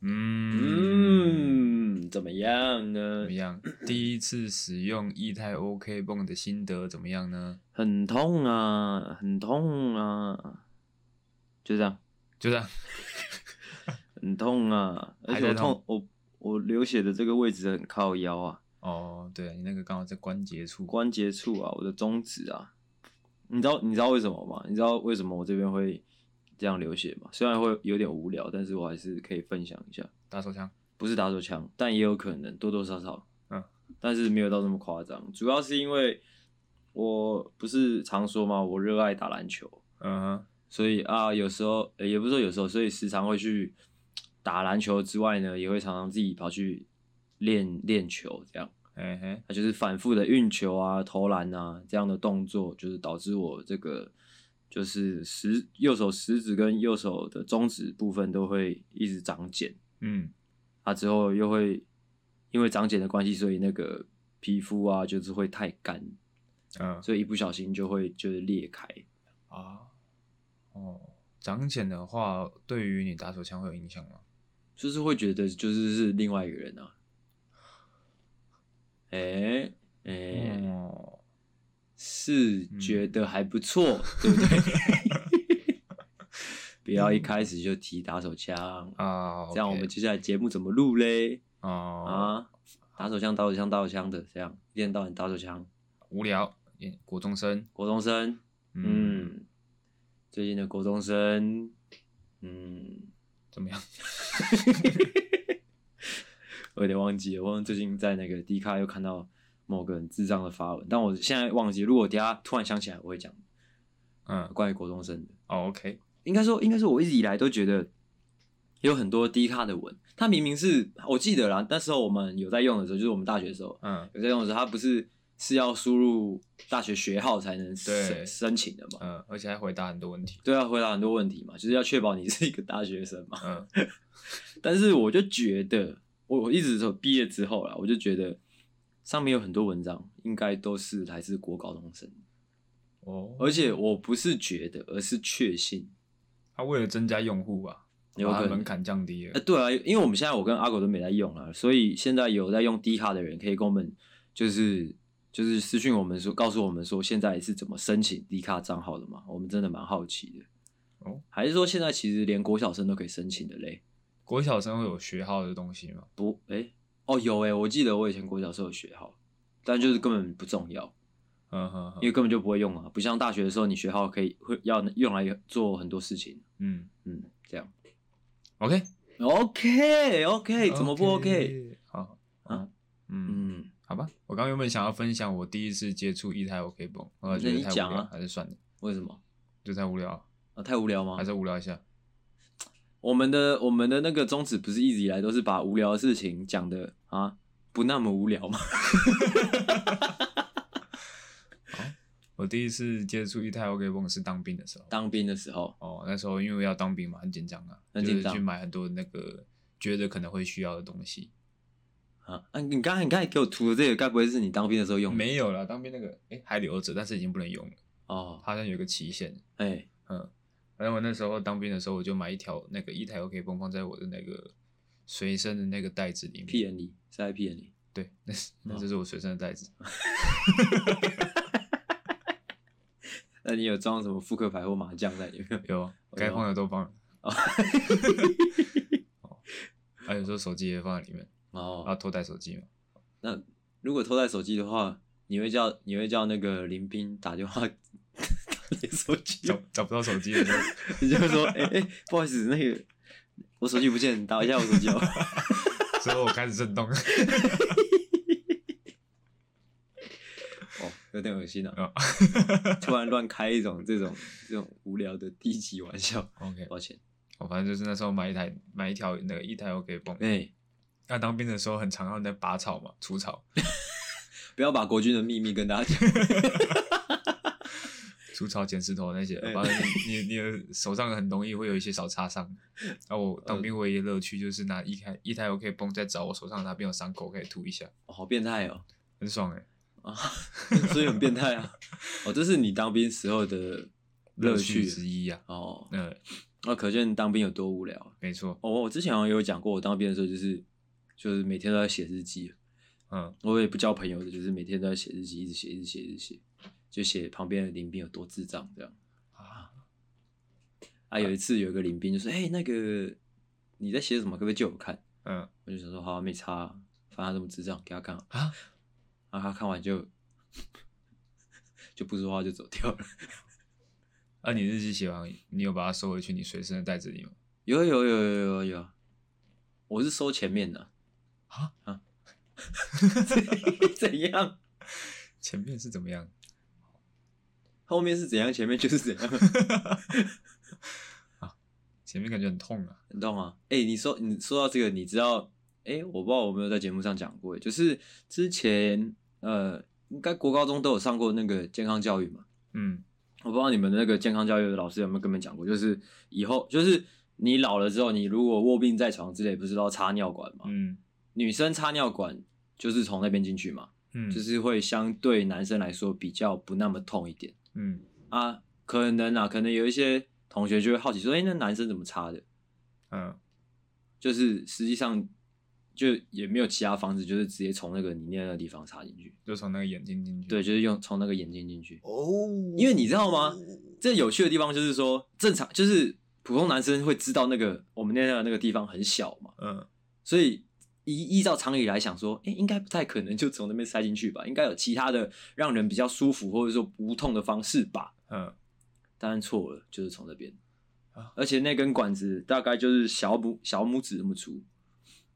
嗯，嗯，怎么样怎呢么？ 样？第一次使用液态 OK 泵的心得怎么样呢？很痛啊，很痛啊，就这样，就这样，很痛啊，而还且在我痛，我我流血的这个位置很靠腰啊，哦，对你那个刚好在关节处，关节处啊，我的中指啊，你知道你知道为什么吗？你知道为什么我这边会这样流血吗？虽然会有点无聊，但是我还是可以分享一下。打手枪，不是打手枪，但也有可能多多少少，嗯，但是没有到那么夸张。主要是因为我不是常说嘛，我热爱打篮球，嗯哼，所以啊，有时候、呃也不是说有时候，所以时常会去打篮球之外呢，也会常常自己跑去练练球，这样，嘿嘿，那就是反复的运球啊、投篮啊这样的动作，就是导致我这个。就是食右手食指跟右手的中指部分都会一直长茧，嗯，它啊之后又会因为长茧的关系，所以那个皮肤啊就是会太干，嗯，所以一不小心就会就是裂开。啊，哦，长茧的话，对于你打手枪会有影响吗？就是会觉得就是是另外一个人啊。哎、哎、哦，是嗯觉得还不错， 对不对？ 不要一开始就提打手枪，啊，这样我 OK 们接下来节目怎么录嘞？哦啊，打手枪，打手枪，打手枪的，这样一天到晚打手枪。无聊，也国中生，国中生，嗯，嗯，最近的国中生，嗯，怎么样？我有点忘记了，我最近在那个 D 卡又看到某个人智障的发文，但我现在忘记，如果我等一下突然想起来，我会讲嗯，关于国中生的。哦，OK，应该说，应该说，我一直以来都觉得有很多 D 卡的文，它明明是我记得啦，那时候我们有在用的时候，就是我们大学的时候嗯有在用的时候，它不是是要输入大学学号才能申对申请的嘛？嗯，而且还回答很多问题，对啊，回答很多问题嘛，就是要确保你是一个大学生嘛。嗯但是我就觉得，我我一直说毕业之后啦，我就觉得上面有很多文章应该都是来自国高中生，哦，而且我不是觉得，而是确信。他为了增加用户吧，有把可它能门槛降低呃，了，对啊，因为我们现在我跟阿狗都没在用了，所以现在有在用 D 卡的人可以跟我们就是就是私讯我们说，告诉我们说现在是怎么申请 D 卡账号的嘛？我们真的蛮好奇的。哦，还是说现在其实连国小生都可以申请的嘞？国小生会有学号的东西吗？不，哎、哦，有哎、我记得我以前国小是有学号，但就是根本不重要，嗯哼因为哼，根本就不会用啊，不像大学的时候，你学号可以会要用来做很多事情。嗯嗯，这样。 ，OK， OK OK，怎么哎不 OK？好，啊嗯嗯。嗯，好吧，我刚原本想要分享我第一次接触一台 OK 绷，后来觉那得你太无聊，讲啊还是算了，为什么？就太无聊，啊，太无聊吗还？是无聊一下。我们的我们的那个宗旨不是一直以来都是把无聊的事情讲的啊不那么无聊吗？ 我第一次接触一台 OK 绷是当兵的时候，当兵的时候，哦，那时候因为要当兵嘛，很紧张啊，很紧张就是去买很多那个觉得可能会需要的东西。啊，啊你刚才你刚才给我涂的这个，该不会是你当兵的时候用的？没有啦，当兵那个哎、还留着，但是已经不能用了，哦，好像有个期限。哎、嗯，反正我那时候当兵的时候，我就买一条那个一台 OK 绷放在我的那个随身的那个袋子里面。骗你是在骗你，对，那是那就是我随身的袋子。那你有装什么复刻牌或麻将在里面？ 有，该放的都放了。哦哦，还有时候手机也放在里面，哦然，后偷带手机嘛。那如果偷带手机的话，你会叫你会叫那个林斌打电话 打你手机找，找不到手机的时候， 你就会说，哎、哎、不好意思，那个我手机不见，你打一下我手机哦。所以我开始震动。 哦，有点恶 心啊哦，突然乱开一种这种这种无聊的低级玩笑， OK，抱歉。我反正就是那时候买一台买一条那个一台 OK 泵。哎、那当兵的时候很常要在拔草嘛，除草，不要把国军的秘密跟大家讲。除草捡石头那些，哎反正你你你的手上很容易会有一些小擦伤。然后我嗯当兵唯一的乐趣就是拿一台一台 OK 泵在找我手上哪边有伤口可以涂一下，哦、好变态哦，很爽哎、啊，所以很变态啊。哦，这是你当兵时候的乐乐趣趣之一啊。哦，嗯，那可见当兵有多无聊啊。没错，哦，我之前好像有讲过，我当兵的时候就是就是每天都在写日记，啊嗯，我也不交朋友的，就是每天都在写日记，一直写，一直写，一直写，就写旁边的林兵有多智障这样。啊，啊，有一次有一个林兵就说：“哎、那个你在写什么？可不可以借我看嗯？”我就想说：“好、啊，没差啊、反正他这么智障，给他看啊。啊，”然后他看完就 就不说话就走掉了。啊，你日记写完，你有把它收回去你随身的袋子里吗？有有有有有有啊，我是收前面的啊啊， 怎样？前面是怎么样？ 后面是怎样，前面就是怎样， 前面感觉很痛啊。你懂吗？哎、你说你说到这个，你知道？哎、我不知道我有没有在节目上讲过，就是之前呃，应该国高中都有上过那个健康教育嘛。嗯，我不知道你们那个健康教育的老师有没有跟你们讲过，就是以后就是你老了之后，你如果卧病在床之类，不是都要插尿管吗？嗯女生插尿管就是从那边进去嘛，嗯，就是会相对男生来说比较不那么痛一点嗯，啊。可能啊，可能有一些同学就会好奇说，哎、那男生怎么插的？嗯就是实际上就也没有其他方式，就是直接从那个你念的地方插进去。就从那个眼睛进去。对，，就是用从那个眼睛进去。哦，因为你知道吗？这有趣的地方就是说，正常就是普通男生会知道那个我们念到的那个地方很小嘛，嗯所以依依照常理来想说，哎、应该不太可能就从那边塞进去吧，应该有其他的让人比较舒服或者说无痛的方式吧。嗯，当然错了，就是从那边啊，而且那根管子大概就是小拇小拇指那么粗，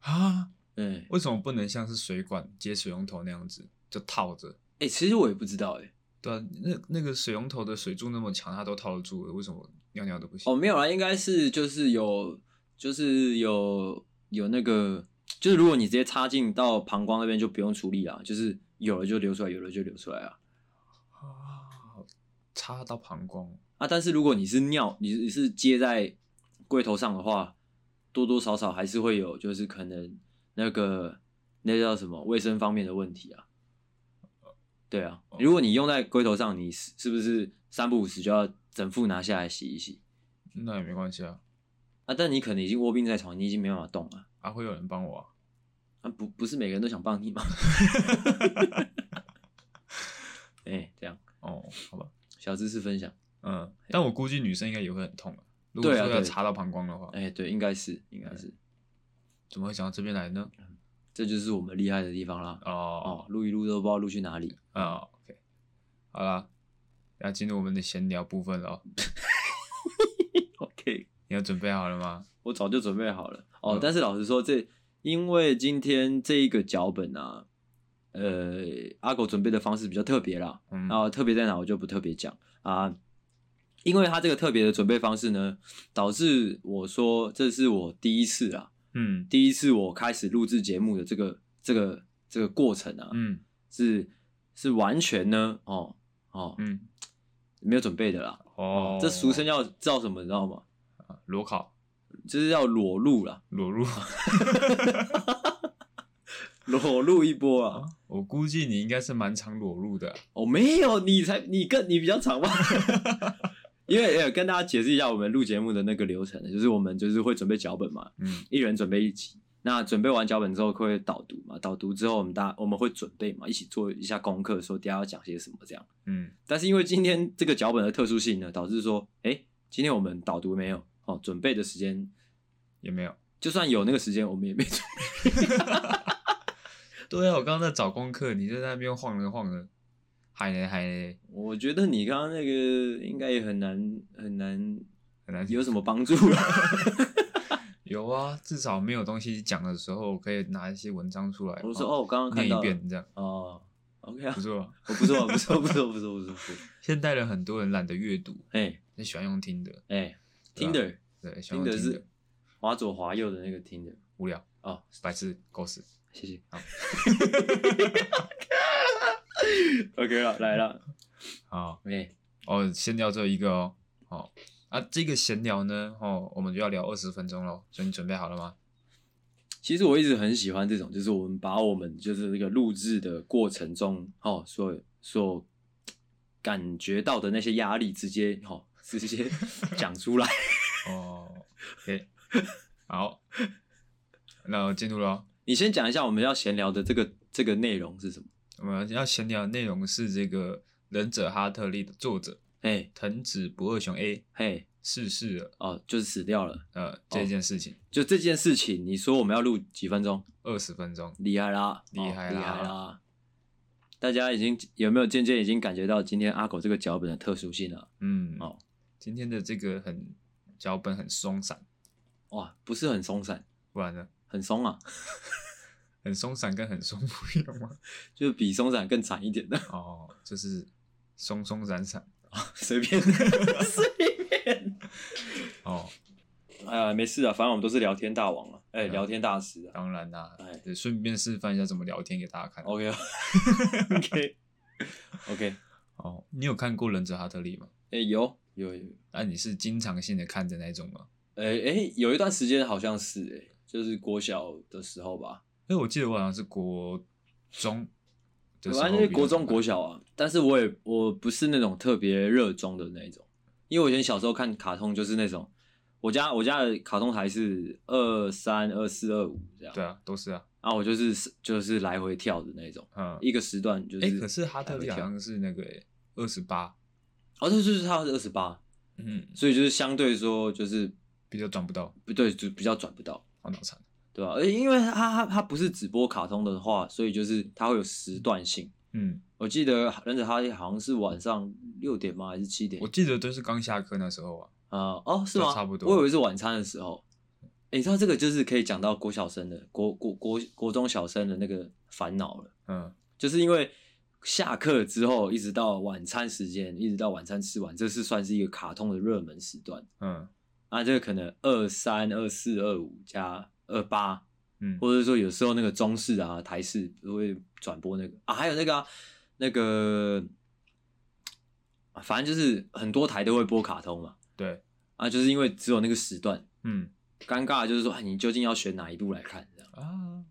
啊，嗯，哎、为什么不能像是水管接水龙头那样子就套着？哎其实我也不知道、哎，对啊，那那个水龙头的水柱那么强，它都套得住了，为什么尿尿都不行？哦，没有啦，应该是就是有就是有有那个，就是如果你直接插进到膀胱那边就不用处理啦，就是有了就流出来，有了就流出来啊。啊，插到膀胱，啊，但是如果你是尿，你你是接在龟头上的话，多多少少还是会有，就是可能那个那叫什么卫生方面的问题啊。对啊，如果你用在龟头上，你是是不是三不五时就要整副拿下来洗一洗那也没关系啊，啊？但你可能已经卧病在床，你已经没办法动了。啊会有人帮我啊。啊，不不是每个人都想帮你吗？哎、这样哦，好吧，小知识分享，嗯，但我估计女生应该也会很痛啊。如果对啊说要对插到膀胱的话，哎、对，应该是应该是，怎么会想到这边来呢？这就是我们厉害的地方啦。哦哦，录一录都不知道录去哪里。啊，OK，好啦，那进入我们的闲聊部分了哦， OK，你要准备好了吗？我早就准备好了。哦，嗯但是老实说，这因为今天这一个脚本啊，呃，阿狗准备的方式比较特别啦。嗯，啊，特别在哪我就不特别讲啊，因为他这个特别的准备方式呢，导致我说这是我第一次啊，嗯第一次我开始录制节目的这个这个这个过程啊，嗯是是完全呢，哦哦，嗯，没有准备的啦。哦，这俗称要叫什么，你知道吗？啊裸考就是要裸露啦， 裸入。裸露一波啊！啊，我估计你应该是蛮常裸露的啊、哦，没有，你才你更你比较 长吧。因为呃，跟大家解释一下我们录节目的那个流程，就是我们就是会准备脚本嘛，嗯一人准备一集。那准备完脚本之后会导读嘛，导读之后我们大我们会准备嘛，一起做一下功课，说等一下要讲些什么这样。嗯但是因为今天这个脚本的特殊性呢，导致说，哎、今天我们导读没有哦，准备的时间也没有。就算有那个时间，我们也没准备。对啊，我刚刚在找功课，你就在那边晃了晃了，嗨嘞嗨嘞，我觉得你刚刚那个应该也很难很难很难有什么帮助啊 啦有啊，至少没有东西讲的时候，我可以拿一些文章出来。我说哦，我刚刚看念一到了遍这样，哦，OK 啊 不，错啊。我不错，不错，不错，啊不错，不错，不错。现代人很多人懒得阅读，哎很喜欢用听的，哎对啊，Tinder 对，喜欢用 Tinder 听是的，滑左滑右的那个 Tinder 无聊，哦，白痴，狗屎。谢谢好。 OK 了，来了，好，哎，哦，先聊这一个哦，好啊，这个闲聊呢，哦，我们就要聊二十分钟喽，所以你准备好了吗？其实我一直很喜欢这种，就是我们把我们就是这个录制的过程中，哦，所所感觉到的那些压力，直接哦直接讲出来。哦，OK，好，那我进入了。你先讲一下我们要闲聊的这个这个内容是什么？我们要闲聊的内容是这个《忍者哈特利》的作者嘿，藤子不二雄 A 嘿，逝世了，哦，就是死掉了。呃，哦这件事情就这件事情，你说我们要录几分钟？二十分钟，厉害啦，厉害哦厉啦害啦！大家已经有没有渐渐已经感觉到今天阿狗这个脚本的特殊性了？嗯，哦，今天的这个很脚本很松散，哇，不是很松散，不然呢，很松啊，很松散跟很松不一样吗？ 就是比松散更惨一点的， 哦，就是松松散散随便随便。哦，哎呀，没事啊，反正我们都是聊天大王啊，哎，嗯聊天大师啊。当然啦哎，哦对顺便示范一下怎么聊天给大家看。 OK OK OK，哦，你有看过《忍者哈特利》吗？ 哎，有有有，那、你是经常性的看的那种吗？哎哎，有一段时间好像是哎，就是国小的时候吧，因哎为我记得我好像是国中的时候反比较常看，正就是国中、国小啊，但是我也我不是那种特别热衷的那一种，因为我以前小时候看卡通就是那种，我家我家的卡通台是二三、二四、二五这样，对啊，都是啊，然后我就是就是来回跳的那种，嗯，一个时段就是，哎、可是哈特利来好回跳，像是那个二十八，哦，对，就是他是二十八，嗯，所以就是相对说就是比较转不到，不对，就比较转不到。好脑残，对吧、而且因为它它它不是只播卡通的话，所以就是它会有时段性。嗯，我记得忍者哈利好像是晚上六点吗？还是七点？我记得都是刚下课那时候啊，啊、哦，是吗？差不多我以为是晚餐的时候。诶你知道这个就是可以讲到国小生的国国国国中小生的那个烦恼了，嗯，就是因为下课之后一直到晚餐时间，一直到晚餐吃完，这是算是一个卡通的热门时段嗯啊。这个可能二三、二四、二五加二八，嗯，或者说有时候那个中式啊、台式都会转播那个啊，还有那个啊、那个，啊反正就是很多台都会播卡通嘛。对，啊，就是因为只有那个时段，嗯尴尬的就是说，哎，你究竟要选哪一部来看？这样啊，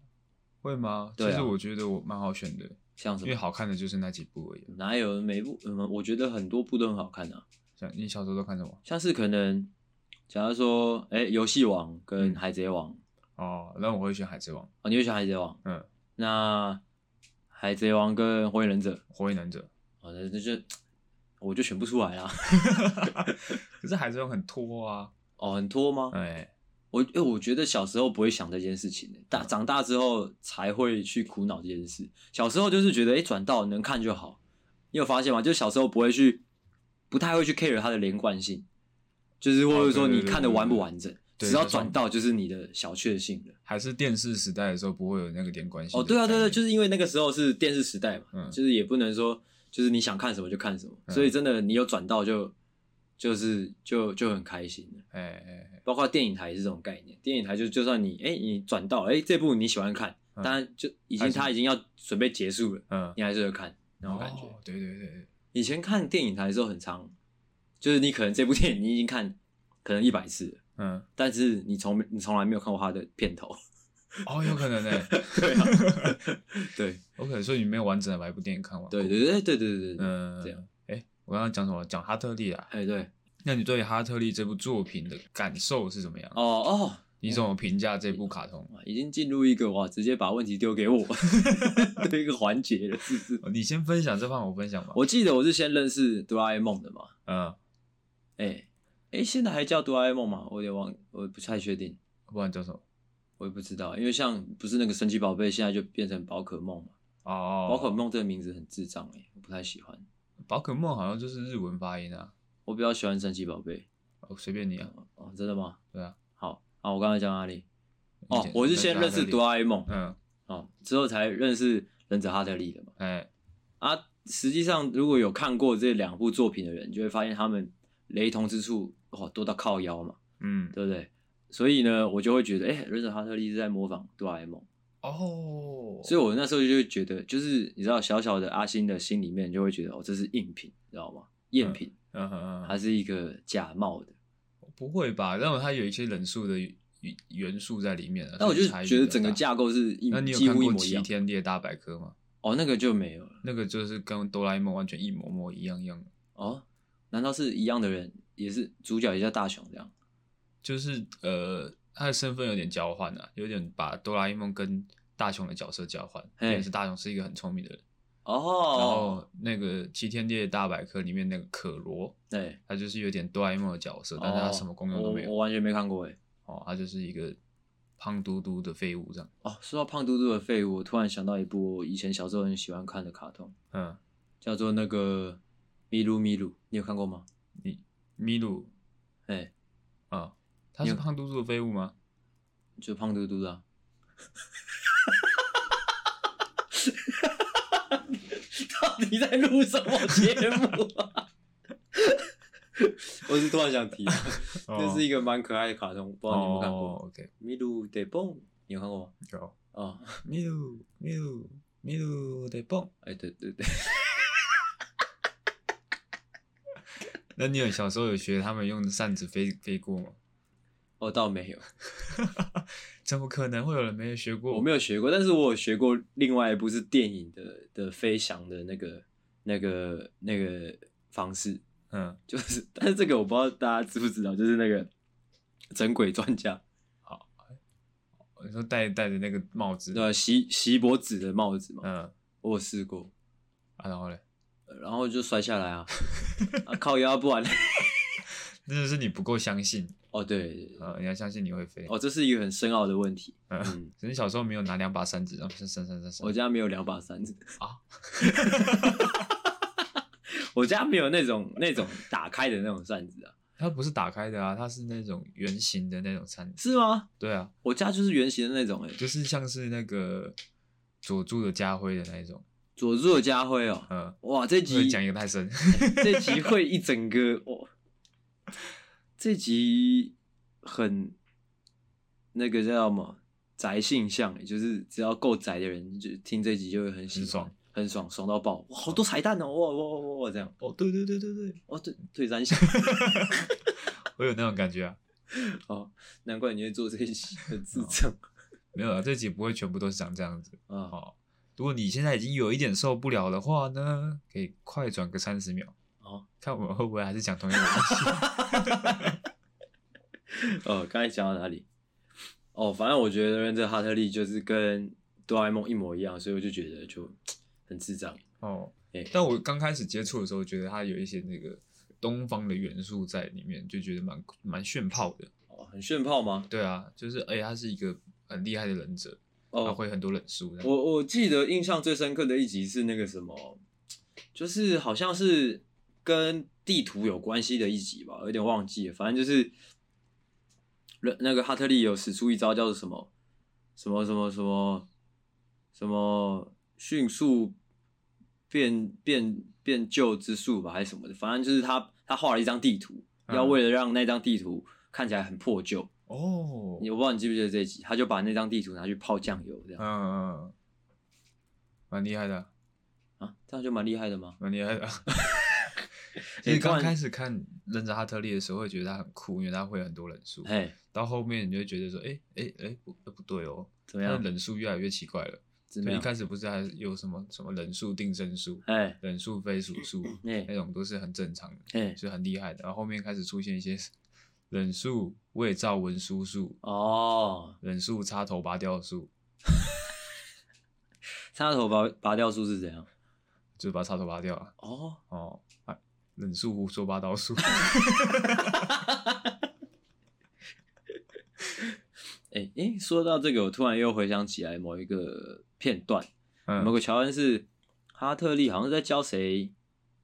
会吗？对啊其实我觉得我蛮好选的，像什因为么？好看的就是那几部而已。啊哪有每一部？嗯，我觉得很多部都很好看啊，像你小时候都看什么？像是可能，假如说，哎，游戏王跟嗯海贼王、哦，那我会选《海贼王》、哦，你会选海贼王？嗯，那海贼王跟火影忍者， 《火影忍者 哦，那那就我就选不出来啊啦。》，可是《海贼王》很拖啊，哦，很拖吗？哎，我因为我觉得小时候不会想这件事情，大长大之后才会去苦恼这件事。小时候就是觉得，哎、转到能看就好。你有发现吗？就小时候不会去，不太会去 care 它的连贯性，就是或者说哦对对你对看的完不完整，对只要就像转到就是你的小确幸了。还是电视时代的时候不会有那个连贯性哦，的对啊，概对对，念就是因为那个时候是电视时代嘛，嗯就是也不能说就是你想看什么就看什么，嗯所以真的你有转到就就是就就很开心了。哎哎哎，包括电影台也是这种概念，电影台就就算你哎、你转到哎、这部你喜欢看，嗯当然就已还经是它已经要准备结束了，嗯，你还是会看那种感觉。哦对对对对，以前看电影台的时候很长，就是你可能这部电影你已经看 可能一百次了，嗯，但是你从你从来没有看过它的 片头。哦，有可能呢、对啊，对有可能，所以你没有完整的把一部电影看完。对对，对对对对对，嗯，这样。哎、我刚刚讲什么？讲哈特利啊。哎对，那你对哈特利这部作品的感受是怎么样？哦哦，你怎么评价这部卡通？啊哇已经进入一个哇，直接把问题丢给我 的一个环节了，是不是？哦你先分享，再换我分享吧。我记得我是先认识哆啦 A 梦的嘛，嗯，哎、哎、现在还叫哆啦 A 梦吗？我有点忘，我不太确定，不然叫什么？我也不知道，因为像不是那个神奇宝贝，现在就变成宝可梦嘛。哦，宝可梦这个名字很智障哎、我不太喜欢，宝可梦好像就是日文发音啊。我比较喜欢神奇宝贝。哦，随便你啊。哦，真的吗？对啊。好啊，我刚才讲哪里？你哦先，我是先认识啊哆啦 A 梦，嗯，哦，之后才认识忍者哈特利的嘛。哎、啊，实际上如果有看过这两部作品的人，就会发现他们雷同之处哇多到靠腰嘛，嗯，对不对？所以呢，我就会觉得，哎、忍者哈特利是在模仿哆啦 A 梦。哦，所以我那时候就会觉得，就是你知道，小小的阿星的心里面就会觉得，哦，这是赝品，你知道吗？赝品，嗯嗯它嗯，是一个假冒的。不会吧？然后它有一些人数的元元素在里面啊。那我所就以差异觉得比较整个大架构是一那你有几看乎一过《模一齐样。天烈大百科》吗？哦，那个就没有了。那个就是跟哆啦 A 梦完全一模模一样样。哦，难道是一样的人也是主角也叫大雄这样。就是呃，他的身份有点交换啊，有点把哆啦 A 梦跟大雄的角色交换，嘿也是大雄是一个很聪明的人，然哦，后那个《齐天烈大百科》里面那个可罗，对，他就是有点哆啦 A 梦的角色，但是哦他什么功用都没我有我完全没看过哎。哦，他就是一个胖嘟嘟的废物这样，哦，说到胖嘟嘟的废物，我突然想到一部我以前小时候很喜欢看的卡通，嗯，叫做那个《咪噜咪噜》，你有看过吗？米鲁哎、啊、他你是有胖嘟嘟的废物吗？就胖嘟嘟的、啊。 到底在录什么节目啊？ 我是突然想 提，这是一个蛮可爱的卡通，不知道你有没有看哦过《 ？OK，咪噜得蹦》，你有看过吗？有哦，米鲁米鲁米鲁得蹦。哎，对对 对，那你有小时候有学他们用扇子飞飞过吗？ 我哦倒没有，怎么可能会有人没有学过？我没有学过，但是我有学过另外一部是电影的的飞翔的那个那个那个方式，嗯，就是，但是这个我不知道大家知不知道，就是那个整鬼专家，你说戴戴着那个帽子，对吧？啊锡锡箔纸的帽子嘛，嗯，我有试过，啊，然后嘞，呃然后就摔下来啊，啊靠腰不然，那就是你不够相信哦对对，对啊、呃你要相信你会飞。哦这是一个很深奥的问题，嗯，嗯，只是小时候没有拿两把扇子，然后扇扇扇扇扇。我家没有两把扇子啊，我 我家没有那种那种打开的那种扇子啊，它不是打开的啊，它是那种圆形的那种扇子。是吗？对啊，我家就是圆形的那种、欸，哎，就是像是那个佐助的家徽的那一种。佐助的家徽哦，嗯，哇，这不能集讲一个太深。 这集会一整个哦，这集很那个叫什么宅性向，就是只要够宅的人就听这集就会很喜很爽欢，很爽，爽到爆！哇，好多彩蛋哦，哇哇哇哇这样，哦，对对对对对，哦对对，三 下，我有那种感觉啊。哦，难怪你会做这一集，很智障没有啊，这集不会全部都是长这样子。啊哦，如果你现在已经有一点受不了的话呢，可以快转个三十秒，哦看我们会不会还是讲同 样的东西。哦，刚才讲到哪里？哦，反正我觉得忍者哈特利就是跟哆啦 A 梦一模一样，所以我就觉得就很智障。哦哎，但我刚开始接触的时候，觉得它有一些那个东方的元素在里面，就觉得蛮蛮炫炮的。哦，很炫炮吗？对啊，就是哎，他是一个很厉害的忍者，他哦，会很多忍术的。我我记得印象最深刻的一集是那个什么，就是好像是跟地图有关系的一集吧，有点忘记了。反正就是，那那个哈特利有使出一招叫做什么什么什么什么什么迅速变变变旧之术吧，还是什么的。反正就是他他画了一张地图，嗯要为了让那张地图看起来很破旧，哦，你我不知道你记不记得这一集，他就把那张地图拿去泡酱油这嗯样。嗯，嗯蛮厉害的啊，啊，这样就蛮厉害的吗？蛮厉害 的啊。其你实刚开始看忍者哈特利的时候，会觉得他很酷，因为他会很多忍术。嘿，到后面你就会觉得说，哎哎哎，不不对哦，怎么他样的？人数越来越奇怪了。怎么对，一样？开始不是还有什么什么人数定身术、哎人数非属数哎那种都是很正常的，哎，是很厉害的。然后后面开始出现一些忍术伪造文书术、哦，忍术插头拔掉术，插头拔拔掉术是怎样？就是把插头拔掉啊。哦，哦，啊忍术胡说八道术，哎哎，说到这个，我突然又回想起来某一个片段，某嗯个桥段是哈特利好像是在教谁，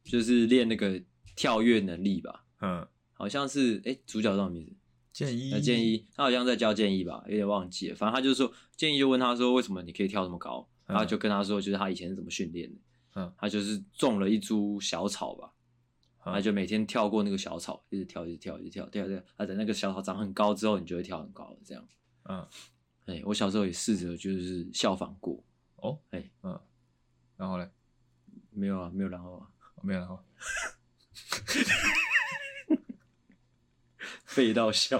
就是练那个跳跃能力吧，嗯，好像是哎主角叫什么名字？建议那呃建议他好像在教建议吧，有点忘记了。反正他就说建议就问他说为什么你可以跳那么高，嗯然后就跟他说就是他以前是怎么训练的，嗯，他就是种了一株小草吧，嗯他就每天跳过那个小草，一直跳，一直跳，一直跳，跳跳，啊，等那个小草长很高之后，你就会跳很高，这样。嗯哎，我小时候也试着就是效仿过，哦哎嗯，然后嘞没有啊，没有然后啊， 没有然后，废到笑。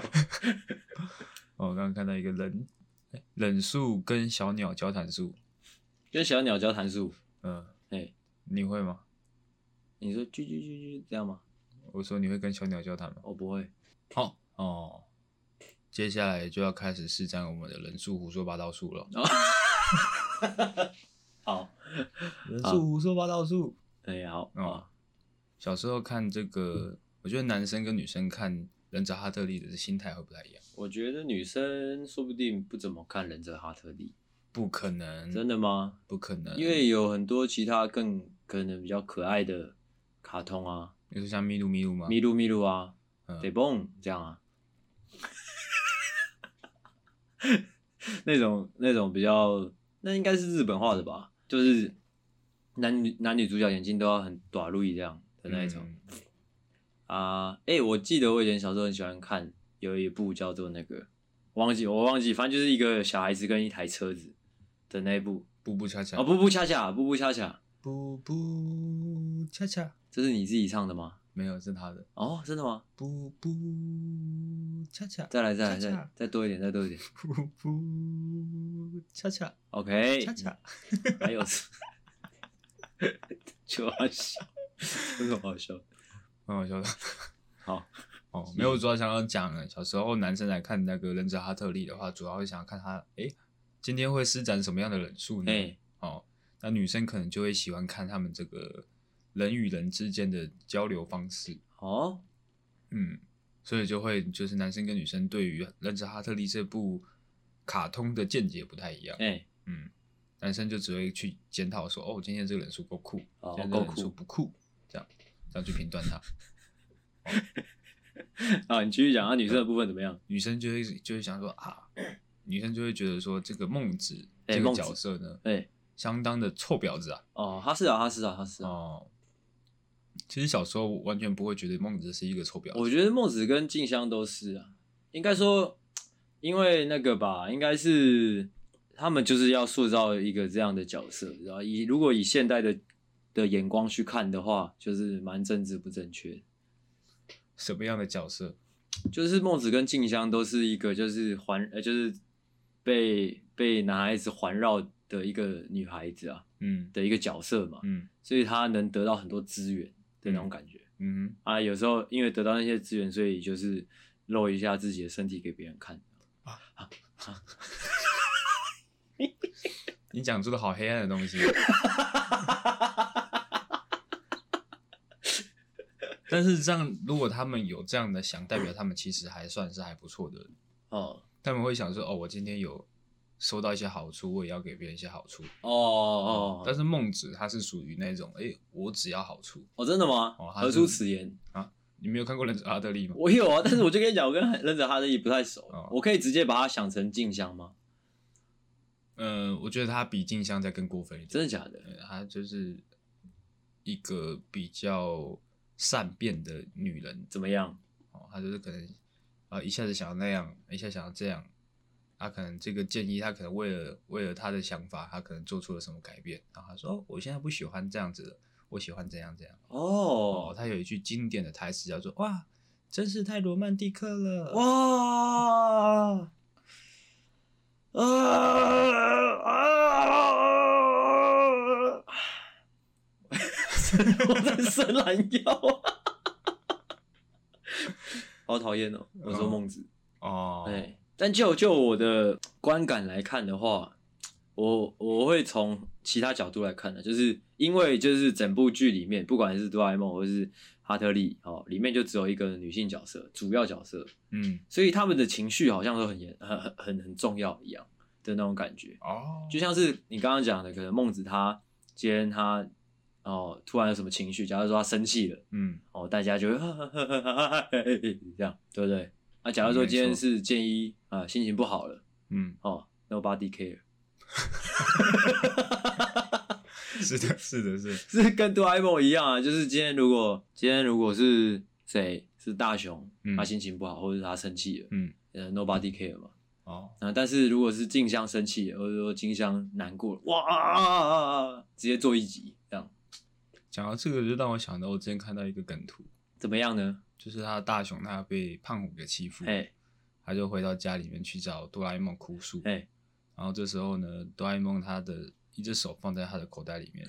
哦，我刚刚看到一个忍哎忍术跟小鸟交谈术，跟小鸟教弹术，嗯，哎，你会吗？你说啾啾啾啾这样吗？我说你会跟小鸟交谈吗？我不会。好哦，接下来就要开始施展我们的人数胡说八道术了。哦好，人数胡说八道术。哎、好哦啊，小时候看这个，我觉得男生跟女生看《忍者哈特利》的心态会不太一样。我觉得女生说不定不怎么看《忍者哈特利不可能，》，真的吗？不可能，因为有很多其他更可能比较可爱的卡通啊，你说像咪噜咪噜吗？咪噜咪噜啊，嗯得蹦这样啊， 那种那种比较，那应该是日本化的吧，就是男女男女主角眼睛都要很短路一这样的那一种、嗯啊。哎、我记得我以前小时候很喜欢看有一部叫做那个忘记我忘记，反正就是一个小孩子跟一台车子的那一部步步恰恰啊，步步恰恰，步步恰恰，步步恰恰，这是你自己唱的吗？没有是他的哦，真的吗？步步恰恰，再来，再来，恰恰再再多一点，再多一点。步步恰恰 OK，恰恰，还有是， 就好笑， 真的好笑。蛮好笑的。好， 哦，没有，我主要想要讲呢，小时候男生来看那个忍者哈特利的话，主要会想要看他，诶，今天会施展什么样的忍术呢？哎，哦，那女生可能就会喜欢看他们这个人与人之间的交流方式，哦，嗯，所以就会就是男生跟女生对于《忍者哈特利》这部卡通的见解不太一样，哎，嗯，男生就只会去检讨说，哦，今天这个忍术够酷，哦今天这个够忍术 酷不酷，这样这样去评断它。啊，你继续讲啊，女生的部分怎么样？女生就会就会想说啊，女生就会觉得说这个孟子哎这个孟子角色呢，哎，相当的臭婊子啊。哦，他是啊，他是啊，他是啊。哦，其实小时候完全不会觉得孟子是一个臭婊子。我觉得孟子跟静香都是啊，应该说，因为那个吧，应该是他们就是要塑造一个这样的角色，然后以如果以现代的的眼光去看的话，就是蛮政治不正确的。什么样的角色？就是孟子跟静香都是一个就是环呃就是被被男孩子环绕的一个女孩子啊嗯的一个角色嘛，嗯所以她能得到很多资源的那种感觉、嗯啊。有时候因为得到那些资源，所以就是露一下自己的身体给别人看。哼，你讲出了好黑暗的东西。 但是这样，如果他们有这样的想，代表他们其实还算是还不错的人。哦他们会想说，哦，我今天有收到一些好处，我也要给别人一些好处。哦哦但哦是孟子他是属于那种，哎、我只要好处。哦，真的吗？哦他是何出此言？你没有看过《忍者阿德利》吗？我有啊，但是我就跟你讲，我跟忍者哈利不太熟，哦我可以直接把他想成静香吗？呃，我觉得他比静香再更过分一点。真的假的？呃她就是一个比较善变的女人怎么样？哦，她就是可能啊、一下子想要那样，一下想要这样，她可能这个建议，她可能为了为了她的想法，她可能做出了什么改变，然后她说哦，我现在不喜欢这样子了，我喜欢怎样怎样。哦，哦她有一句经典的台词叫做哇，真是太罗曼蒂克了哇。哇！啊啊！我在伸懒腰啊！好讨厌哦！我说孟子， 哦，哎、但就就我的观感来看的话，我我会从其他角度来看的，就是因为就是整部剧里面，不管是哆啦 A 梦或是哈特利哦，里面就只有一个女性角色，主要角色，嗯，所以他们的情绪好像都很严、很很很很重要一样的那种感觉，哦，就像是你刚刚讲的，可能孟子他今天他哦突然有什么情绪，假如说他生气了，嗯哦大家就会 这样，对不对？啊，假如说今天是建一啊、心情不好了，嗯， 哦，nobody care， 是的，是的，是的，是跟哆啦 A 梦一样啊，就是今天如果今天如果是谁是大雄，嗯他心情不好，或者是他生气了，嗯，呃，nobody care 嘛。哦，啊，但是如果是静香生气了，或者说静香难过了，哇啊啊啊啊啊，直接做一集这样，讲到这个，就让我想到我之前看到一个梗图，怎么样呢？就是他的大雄他被胖虎给欺负，哎他就回到家里面去找哆啦 A 梦哭诉，哎，然后这时候呢，哆啦 A 梦他的一只手放在他的口袋里面，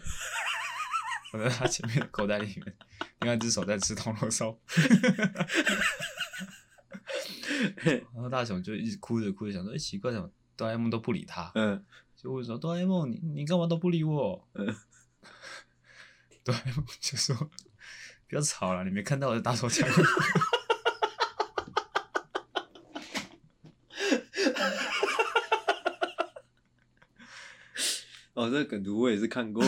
我在他前面的口袋里面，另外一只手在吃铜锣烧。然后大雄就一直哭着哭着想说，哎、奇怪，怎么哆啦 A 梦都不理他？嗯，就问说哆啦 A 梦，你你干嘛都不理我？嗯哆啦 A 梦就说不要吵了，你没看到我在打手枪吗。哦，这个梗图我也是看 过。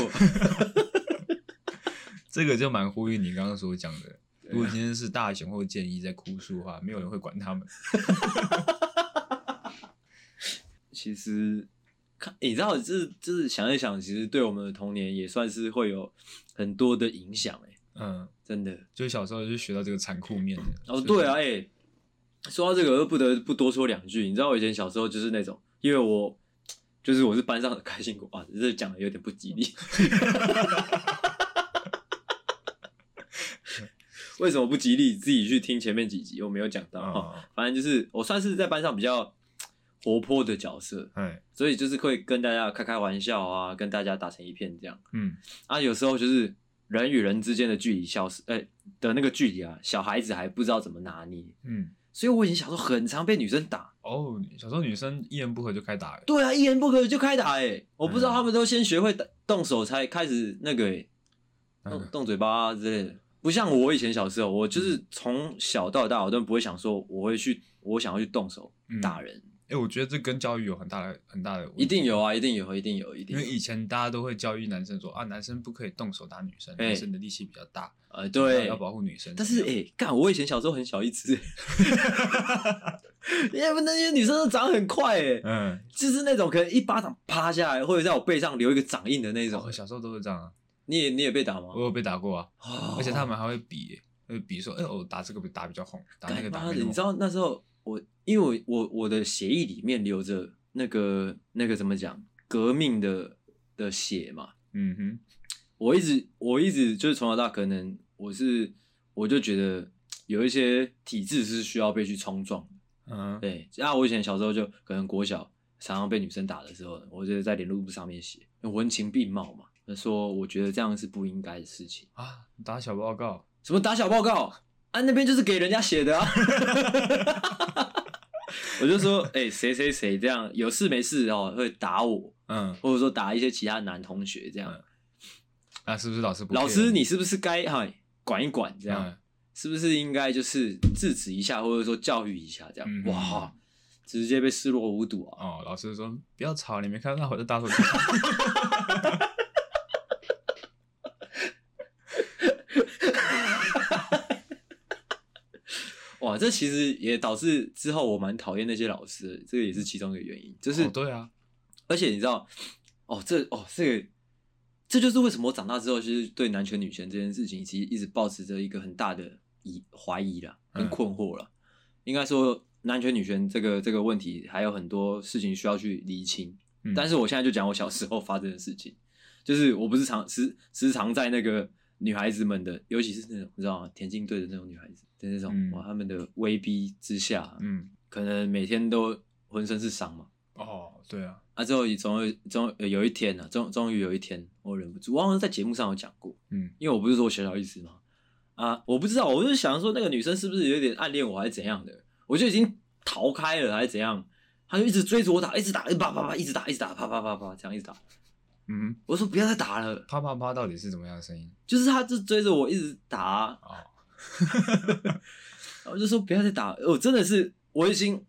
这个就蛮呼吁你刚刚所讲的。对啊如果今天是大雄或建一在哭诉的话，没有人会管他们。其实看，你知道，就是就是想一想，其实对我们的童年也算是会有很多的影响哎、嗯，真的。就小时候就学到这个残酷面的。哦，就是对啊，哎、说到这个，又不得不多说两句。你知道我以前小时候就是那种，因为我就是我是班上的开心果啊，这讲的有点不吉利。为什么不吉利？自己去听前面几集，我没有讲到哈、嗯，反正就是我算是在班上比较活泼的角色，哎，所以就是会跟大家开开玩笑啊，跟大家打成一片这样嗯啊。有时候就是人与人之间的距离消失，哎、的那个距离啊，小孩子还不知道怎么拿捏，嗯，所以我以前小时候很常被女生打。哦，小时候女生一言不合就开打了。对啊，一言不合就开打哎、我不知嗯道他们都先学会打动手才开始那个、欸、那动个，动嘴巴、啊、之类的。不像我以前小时候，我嗯就是从小到大我都不会想说我会去，我想要去动手嗯打人，哎，我觉得这跟教育有很大的很大的，一定有。啊，一定有，一定有，一因定为有。以前大家都会教育男生说啊，男生不可以动手打女生，哎男生的力气比较大，呃，对，要保护女生。但是哎，哎、欸干，我以前小时候很小一只、 欸，因为那些女生都长很快哎、欸嗯，就是那种可能一巴掌啪下来，或者在我背上留一个掌印的那种我。小时候都是这样啊，你也你也被打吗？我有被打过啊，哦而且他们还会比欸，会比说，哎，我打这个打比较红，打那个干打妈那的，个。你知道那时候我，因为我我我的血液里面流着那个那个怎么讲，革命的的血嘛。嗯哼，我一直我一直就是从小到大，可能我是我就觉得有一些体制是需要被去冲撞的。嗯，对，那我以前小时候就可能国小常常被女生打的时候，我就在联络簿上面写文情并茂嘛，就说我觉得这样是不应该的事情。啊，打小报告，什么打小报告啊，那边就是给人家写的啊。 我就说，哎、谁谁谁这样有事没事哦，会打我，嗯，或者说打一些其他男同学这样。嗯那是不是老师不 care 嗯你？老师，你是不是该哈管一管这样？嗯是不是应该就是制止一下，或者说教育一下这样？嗯哇，直接被视若无睹啊！哦，老师说不要吵，你没看到我在打手枪。哇，这其实也导致之后我蛮讨厌那些老师的，这个也是其中一个原因。 就是、哦对啊，而且你知道，哦，这哦这个，这就是为什么我长大之后，其实对男权女权这件事情，其实一直保持着一个很大的疑怀疑啦，嗯跟困惑啦。应该说，男权女权这个这个问题，还有很多事情需要去厘清。嗯但是我现在就讲我小时候发生的事情，就是我不是常时时常在那个女孩子们的，尤其是那种你知道吗？田径队的那种女孩子的那种，嗯哇，她们的威逼之下，嗯，可能每天都浑身是伤嘛。哦对啊，啊，之后也总有终呃有一天呢、啊，终终于有一天，我忍不住，我好像在节目上有讲过，嗯因为我不是说我小小意思嘛，啊，我不知道，我就想说那个女生是不是有点暗恋我还是怎样的，我就已经逃开了还是怎样，她就一直追着我打，一直打，一直打啪啪啪，一直打，一直打，啪啪啪啪，这样一直打，嗯哼，我说不要再打了，啪啪啪到底是怎么样的声音？就是她就追着我一直打，啊 哦，我就说不要再打，我真的是我已经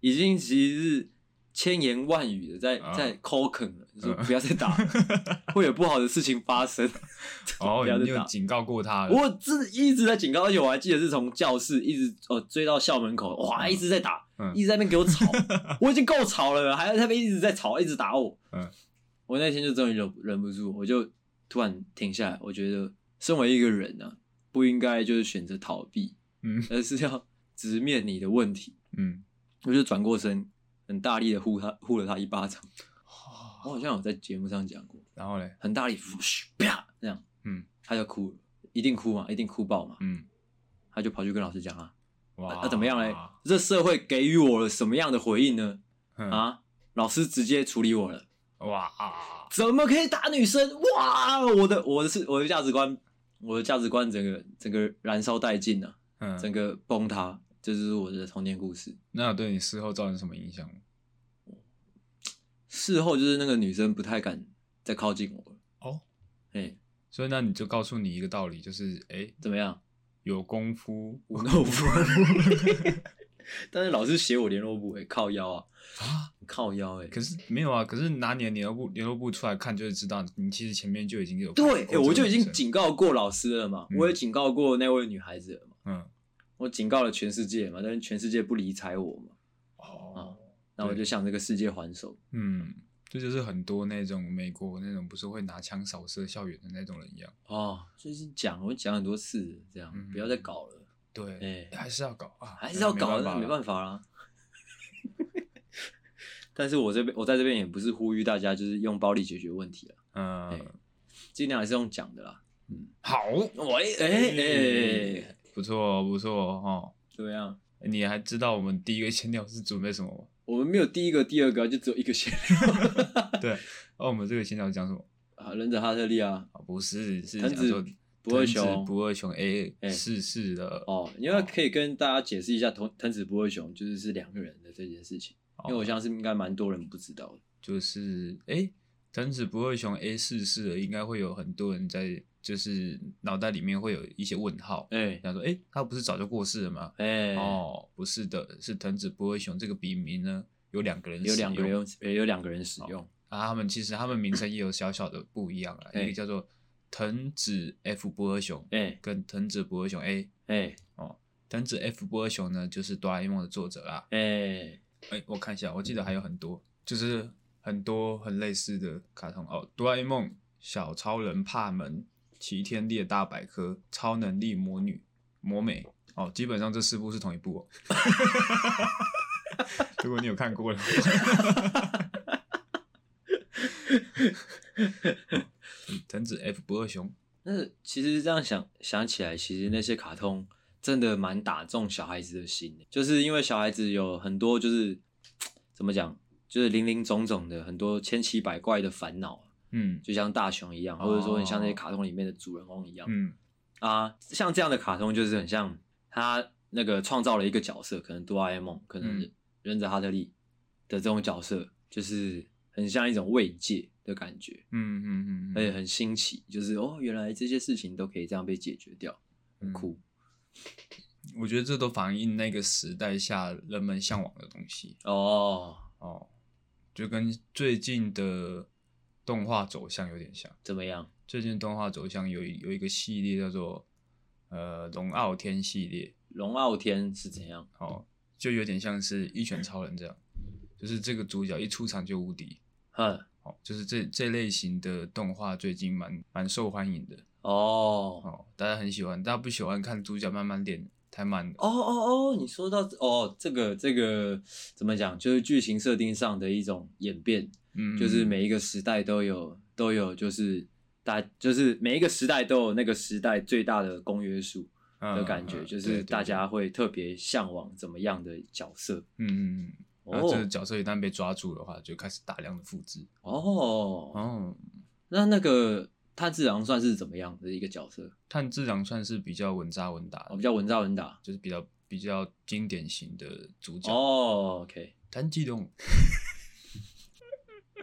已经其实是千言万语的在啊在 call 啃了，就说不要 再打了，会有不好的事情发生。 哦不要，再你有打警告过他了。我真的一直在警告，而且我还记得是从教室一直哦追到校门口，哇，嗯一直在打，嗯一直在那边给我 吵，我已经够吵了，还在那边一直在吵，一直打我。嗯我那天就终于忍忍不住，我就突然停下来，我觉得身为一个人呢、啊，不应该就是选择逃避，嗯而是要直面你的问题。嗯，我就转过身，很大力的呼他，呼了他一巴掌。我哦好像有在节目上讲过，然后嘞，很大力，嘘啪这样，嗯，他就哭了，一定哭嘛，一定哭爆嘛，嗯，他就跑去跟老师讲啊，那、哇，啊怎么样嘞？这社会给予我了什么样的回应呢？嗯？啊啊，老师直接处理我了，哇啊！怎么可以打女生？哇！我的我的是我的价值观，我的价值观整个整个燃烧殆尽啊，整嗯，个崩塌，这就是我的童年故事。那有对你事后造成什么影响吗？事后就是那个女生不太敢再靠近我了。哦，哎、所以那你就告诉你一个道理，就是哎、诶怎么样？有功夫无脑夫。 但是老师写我联络簿、哎，靠腰啊，啊，靠腰、哎。可是没有啊，可是拿你的联络部联络部出来看，就会知道你其实前面就已经有对，哎、哎，我就已经警告过老师了嘛，嗯我也警告过那位女孩子了嘛，嗯我警告了全世界嘛，但是全世界不理睬我嘛，哦那我对就向这个世界还手。嗯，这就是很多那种美国那种不是会拿枪扫射校园的那种人一样，哦，就是讲我讲很多次，这样、嗯不要再搞了，对，哎、还是要搞啊，还是要搞，那没办法法哎 啦。但是我这边我在这边也不是呼吁大家就是用暴力解决问题了，啦，哎嗯，尽量还是用讲的啦。好，喂，哎哎哎，不错不错哦，怎么样？你还知道我们第一个闲聊是准备什么吗？我们没有第一个、第二个啊，就只有一个先 对，哦，我们这个闲聊讲什么？啊，忍者哈特利啊，啊，不是，是藤讲子说不二藤子雄不二雄 A 哎逝世了。哦，因为可以跟大家解释一下藤藤子不二雄就是是两个人的这件事情，因为我相信应该蛮多人不知道的。就是哎，诶藤子不二雄 A 逝世了，应该会有很多人在就是脑袋里面会有一些问号，哎想说哎，诶他不是早就过世了吗？哎，哦，不是的，是藤子不二雄这个笔名呢，有两个人有使两个用人有有两个人使用，啊，他们其实他们名称也有小小的不一样啊，哎一个叫做藤子 F 不二雄哎跟藤子不二雄 A。哎藤子 F 不二雄呢，就是哆啦 A 梦的作者啦。哎，哎、我看一下，我记得还有很多，就是很多很类似的卡通哦。哆啦 A 梦、小超人、帕门、齐天烈大百科、超能力魔女、魔美哦，基本上这四部是同一部哦。 如果你有看过的话，藤子 F 不二雄，那其实这样想想起来，其实那些卡通真的蛮打中小孩子的心的，就是因为小孩子有很多就是怎么讲，就是零零总总的很多千奇百怪的烦恼，嗯就像大雄一样，或者说很像那些卡通里面的主人公一样、嗯啊，像这样的卡通就是很像他那个创造了一个角色，可能哆啦 A 梦，可能嗯忍者哈特利的这种角色，就是很像一种慰藉的感觉。嗯嗯嗯，而且很新奇，就是哦，原来这些事情都可以这样被解决掉，很嗯酷。我觉得这都反映那个时代下人们向往的东西哦，哦，就跟最近的动画走向有点像。怎么样？最近动画走向有一有一个系列叫做呃龙傲天系列，龙傲天是怎样？哦，就有点像是一拳超人这样，就是这个主角一出场就无敌。哼，哦，就是这这类型的动画最近蛮蛮受欢迎的哦，哦，大家很喜欢，大家不喜欢看主角慢慢练，太慢了。哦哦哦，你说到哦，这个这个怎么讲？就是剧情设定上的一种演变，嗯，就是每一个时代都有都有，就是大就是每一个时代都有那个时代最大的公约数的的感觉，就是大家会特别向往怎么样的角色。嗯嗯嗯。然后这个哦角色一旦被抓住的话，就开始大量的复制。哦哦，那那个炭治郎算是怎么样的一个角色？炭治郎算是比较稳扎稳打的，哦，比较稳扎稳打。就是比较比较经典型的主角。哦，OK，炭治郎。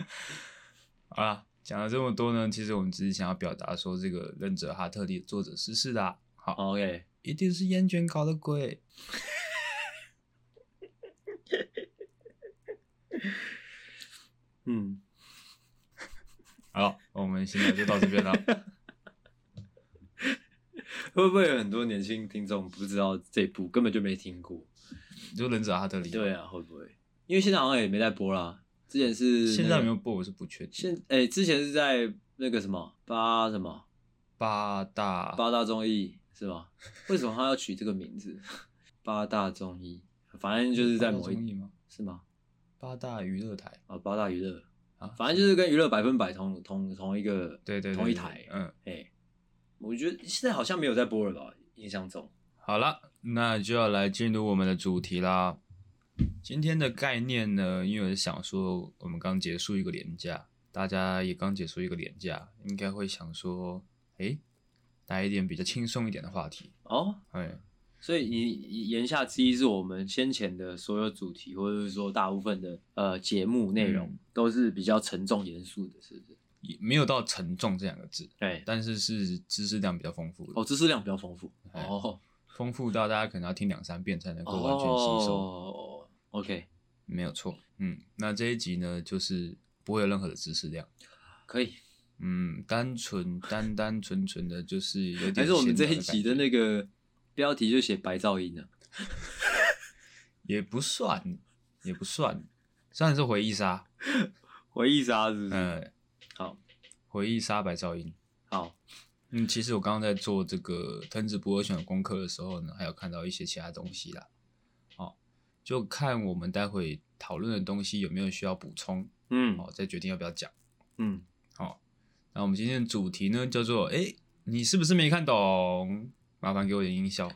好啦，讲了这么多呢，其实我们只是想要表达说，这个《忍者哈特利》的作者逝世啦。好， o k 一定是烟卷搞的鬼。嗯，好，我们现在就到这 边了。会不会有很多年轻听众不知道这部，根本就没听过？就《忍者哈特利》。对，啊，会不会？因为现在好像也没在播啦。之前是、现在有没有？播我是不确定。现哎、之前是在那个什么八什么八大八大综艺是吧？为什么他要取这个名字？ 八大综艺，反正就是在八大某综一艺吗？是吗？八大娱乐台啊，八大娱乐，啊，反正就是跟娱乐百分百同同同一个对对对同对一台嗯，哎、我觉得现在好像没有在播了吧？印象中，好了，那就要来进入我们的主题啦。今天的概念呢，因为我是想说，我们刚结束一个连假，大家也刚结束一个年假，应该会想说，诶，来一点比较轻松一点的话题，哦，哎，所以你言下之意是我们先前的所有主题，或者是说大部分的呃节目内容嗯都是比较沉重严肃的，是不是？也没有到沉重这两个字，对，但是是知识量比较丰富的，哦，知识量比较丰富。哎哦，丰富到大家可能要听两三遍才能够完全吸收，哦，OK，没有错。嗯，那这一集呢，就是不会有任何的知识量，可以。嗯，单纯单单纯纯的，就是有点还是我们闲聊这一集的感觉那个标题就写白噪音啊呢、也不算，也不算，虽然是回忆杀，啊？回忆杀是不是？嗯、好，回忆杀白噪音。好，嗯，其实我刚刚在做这个藤子不二雄的功课的时候呢，还有看到一些其他东西啦。哦，就看我们待会讨论的东西有没有需要补充，嗯哦，再决定要不要讲。嗯，好，那我们今天的主题呢，叫做“诶，你是不是没看懂？”麻烦给我点音效。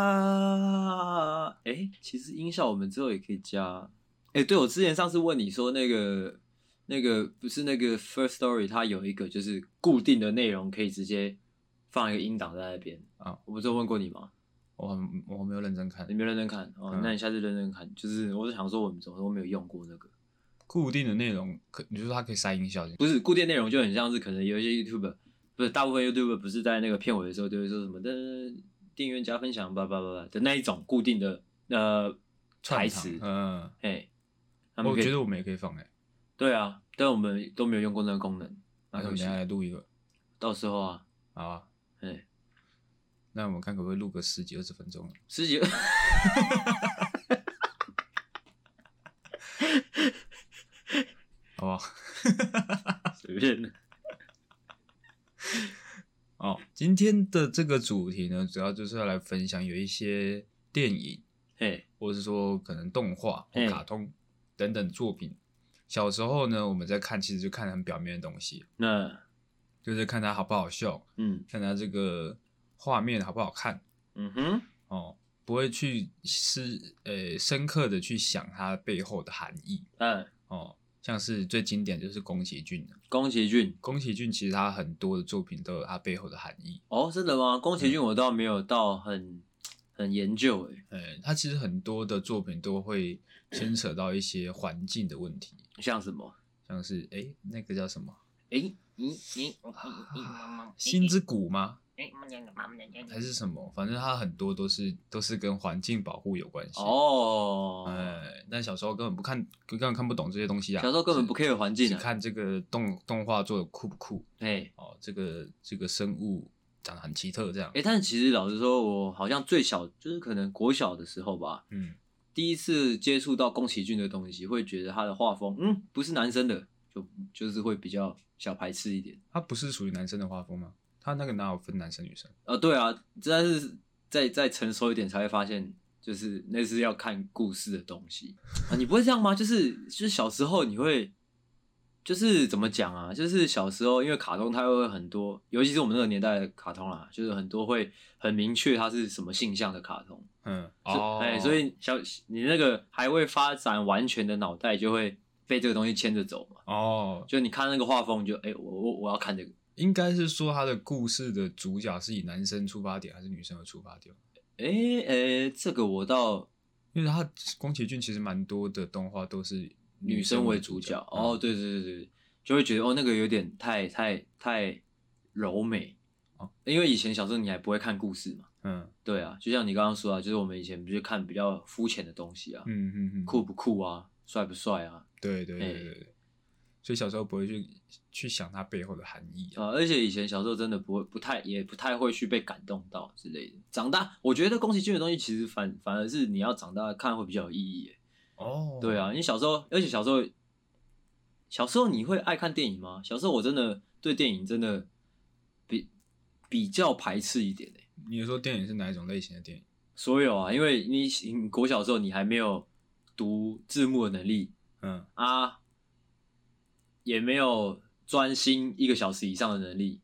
啊，哎、其实音效我们之后也可以加。哎、对，我之前上次问你说那个那个不是那个 First Story，它有一个就是固定的内容，可以直接放一个音档在那边啊。我不是有问过你吗？我很我没有认真看你，没有认真看哦，嗯那你下次认真看。就是我是想说，我们怎么都没有用过那个，固定的内容可你就说它可以塞音效进去，不是固定内容，就很像是可能有一些 YouTube，不是大部分 YouTube 不是在那个片尾的时候就会说什么的订阅加分享叭叭叭叭的那一种固定的呃台串场词，嗯，哎，他们我可以觉得我们也可以放哎，对啊，但我们都没有用过那个功能，那蛮我可们惜等一下的。来录一个，到时候啊，好啊。哎，那我们看可不可以录个十几二十分钟？十 几，好不好？随便的，哦，今天的这个主题呢，主要就是要来分享有一些电影，哎，或是说可能动画、或嗯卡通等等作品。小时候呢，我们在看，其实就看很表面的东西，那就是看它好不好笑，嗯看它这个画面好不好看嗯哼，哦，不会去是呃深刻的去想它背后的含义嗯，哦。像是最经典就是宫崎骏的，宫崎骏宫崎骏其实他很多的作品都有它背后的含义。哦，真的吗？宫崎嗯骏我倒没有到很很研究哎，呃，他其实很多的作品都会牵扯到一些环境的问题，像什么？像是诶那个叫什么哎，你你哦《心之谷》吗？还是什么？反正它很多都是都是跟环境保护有关系。，哦，哎，但小时候根本不看，根本看不懂这些东西啊。小时候根本不只 care 环境只啊，看这个动动画做的酷不酷哎。哦，这个这个生物长得很奇特这样哎、。但其实老实说，我好像最小就是可能国小的时候吧，嗯，第一次接触到宫崎骏的东西，会觉得他的画风，嗯，不是男生的，就就是会比较小排斥一点。它不是属于男生的画风吗？它那个哪有分男生女生？呃，对啊，但是再再成熟一点才会发现，就是那是要看故事的东西啊。你不会这样吗？就是就是小时候你会，就是怎么讲啊？就是小时候因为卡通它会很多，尤其是我们那个年代的卡通啦，就是很多会很明确它是什么性向的卡通。嗯，所哦，哎，所以小你那个还未发展完全的脑袋就会被这个东西牵着走嘛。哦，就你看那个画风，你就哎、我我我要看这个。应该是说他的故事的主角是以男生出发点还是女生的出发点？哎、哎、这个我到因为他宫崎骏其实蛮多的动画都是女生生为主嗯主角。哦，，对对对对，就会觉得哦那个有点太太太柔美哦因为以前小时候你还不会看故事嘛。嗯对啊，就像你刚刚说啊，就是我们以前不是看比较肤浅的东西啊，嗯嗯嗯，酷，不酷啊，帅不帅啊，对对对对哎对对，所以小时候不会去去想它背后的含义啊，啊，而且以前小时候真的不会，不太也不太会去被感动到之类的。长大，我觉得宫崎骏的东西其实反反而是你要长大看会比较有意义耶。哦，对，啊，因为小时候，而且小时候，小时候你会爱看电影吗？小时候我真的对电影真的比比较排斥一点耶欸你说电影是哪一种类型的电影？所有啊，因为你你国小的时候你还没有读字幕的能力嗯啊，也没有专心一个小时以上的能力，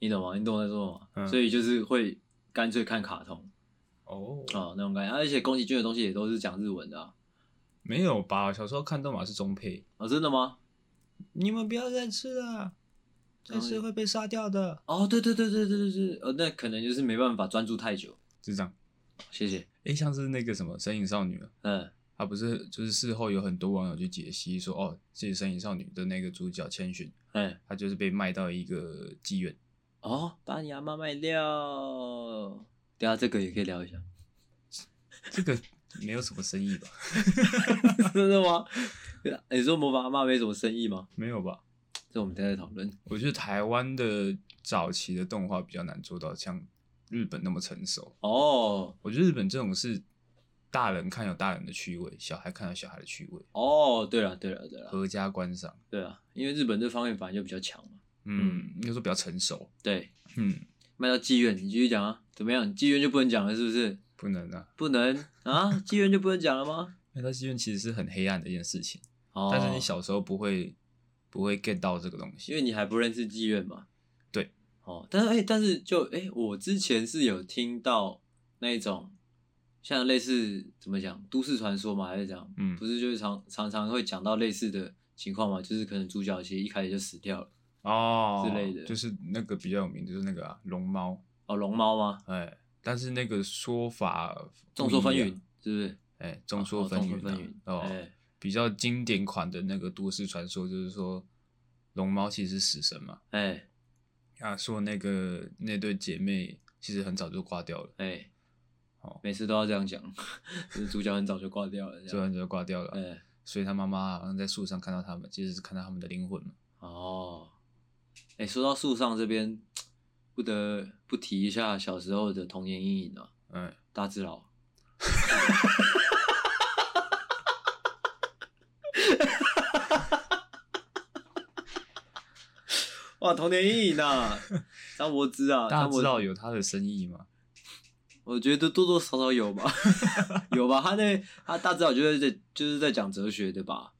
你懂吗？你懂我在说什么吗？嗯所以就是会干脆看卡通哦，啊、那种感觉，而且宫崎骏的东西也都是讲日文的啊，没有吧？小时候看动画是中配，哦，真的吗？你们不要再吃了，再吃会被杀掉的。哦，对对对对对对对，呃，那可能就是没办法专注太久。是这样。谢谢。诶，像是那个什么《神隐少女》啊，嗯，她不是就是事后有很多网友去解析说，哦，自己《神隐少女》的那个主角千寻，哎，她就是被卖到一个妓院。 哦，把你阿妈卖掉。等一下这个也可以聊一下， 这个没有什么生意吧？真的吗？你说模仿阿妈没什么生意吗？没有吧？这我们等一下再讨论。我觉得台湾的早期的动画比较难做到像日本那么成熟。哦我觉得日本这种是大人看有大人的趣味，小孩看有小孩的趣味，哦，对了对了对了合家观赏。对了，因为日本这方面反正就比较强嘛。嗯，应该说比较成熟。对，嗯，卖到妓院，你继续讲啊，怎么样？妓院就不能讲了是不是？不能啊。不能啊，妓院就不能讲了吗？那到妓院其实是很黑暗的一件事情，哦，但是你，小时候不会不会 get 到这个东因西。为你还不认识妓院嘛。对。哦，但是哎、但是就哎、我之前是有听到那一种像类似怎么讲都市传说嘛，还是讲，嗯不是就是常常常会讲到类似的情况嘛，就是可能主角其实一开始就死掉了。哦之类的就是那个比较有名，就是那个啊，龙猫，哦，龙猫吗？哎，但是那个说法众说纷不一纭样，，是不是？哎，众说纷哦纭众啊、说纷纭。哦，哎比较经典款的那个都市传说，就是说龙猫其实是死神嘛，哎啊，说那个那对姐妹其实很早就挂掉了，哎，哦每次都要这样讲， 就是主角很早就挂掉了，这就样。很早就挂掉了，哎，所以他妈妈好像在树上看到他们，其实是看到他们的灵魂嘛。哦，哎，说到树上这边，不得不提一下小时候的童年阴影啊，嗯，大智佬。哇，童年阴影啊，张柏芝啊，大张家柏知道有他的深意吗？我觉得多多少少有吧， 有吧。他那他大致上就是在就是在讲哲学的吧。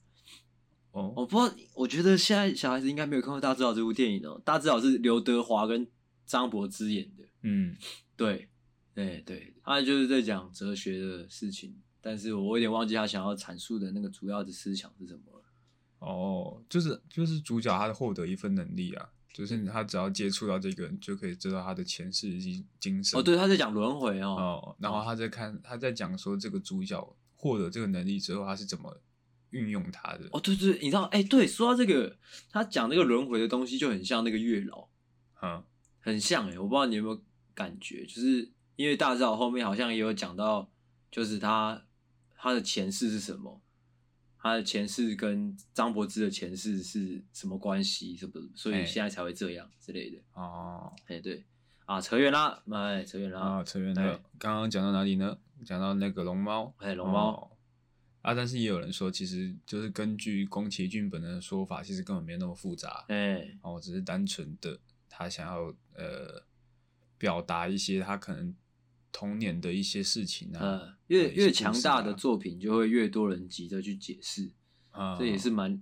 哦，我不知道，我觉得现在小孩子应该没有看过《大智佬》这部电影哦。《大智佬》是刘德华跟张柏芝演的，嗯，对，对对，他就是在讲哲学的事情，但是我有点忘记他想要阐述的那个主要的思想是什么了。哦，就是就是主角他获得一份能力啊，就是他只要接触到这个人，就可以知道他的前世及今生。哦，对，他在讲轮回哦，哦，然后他在看他在讲说这个主角获得这个能力之后，他是怎么运用他的。哦，对对，你知道，哎，对，说到这个，他讲那个轮回的东西就很像那个月老。嗯，很像欸诶、我不知道你有没有感觉，就是因为大赵后面好像也有讲到，就是他他的前世是什么，他的前世跟张柏芝的前世是什么关系，什么，所以哎现在才会这样之类的。哦，哎、对啊，扯远啦，哎，扯远啊，啦，扯远了对。刚刚讲到哪里呢？讲到那个龙猫。哎、龙猫，哦啊，但是也有人说，其实就是根据宫崎骏本人的说法，其实根本没那么复杂。哎、哦，只是单纯的他想要呃表达一些他可能童年的一些事情啊，呃，越哎越是强故事大啊的作品就会越多人急着去解释，啊这也是蛮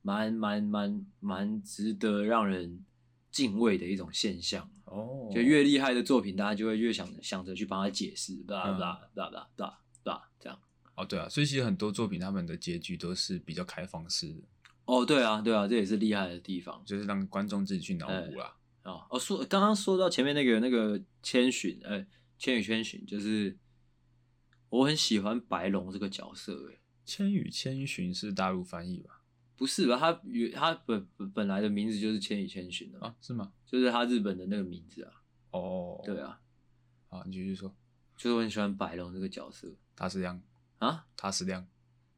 蛮蛮蛮蛮值得让人敬畏的一种现象。啊哦，就越厉害的作品，大家就会越想想着去帮他解释，吧嗯吧吧吧吧吧，这样。哦对啊，所以其实很多作品他们的结局都是比较开放式的，哦，对啊，对啊，这也是厉害的地方就是让观众自己去脑补啦。哦。哦，说刚刚说到前面那个那个千寻，呃，千与千寻，就是我很喜欢白龙这个角色，诶，千与千寻是大陆翻译吧？不是吧？他原他本本本来的名字就是千与千寻的，啊，是吗？就是他日本的那个名字啊。哦，对，啊，啊，你继续说，就是我很喜欢白龙这个角色塔矢亮，啊。塔矢亮，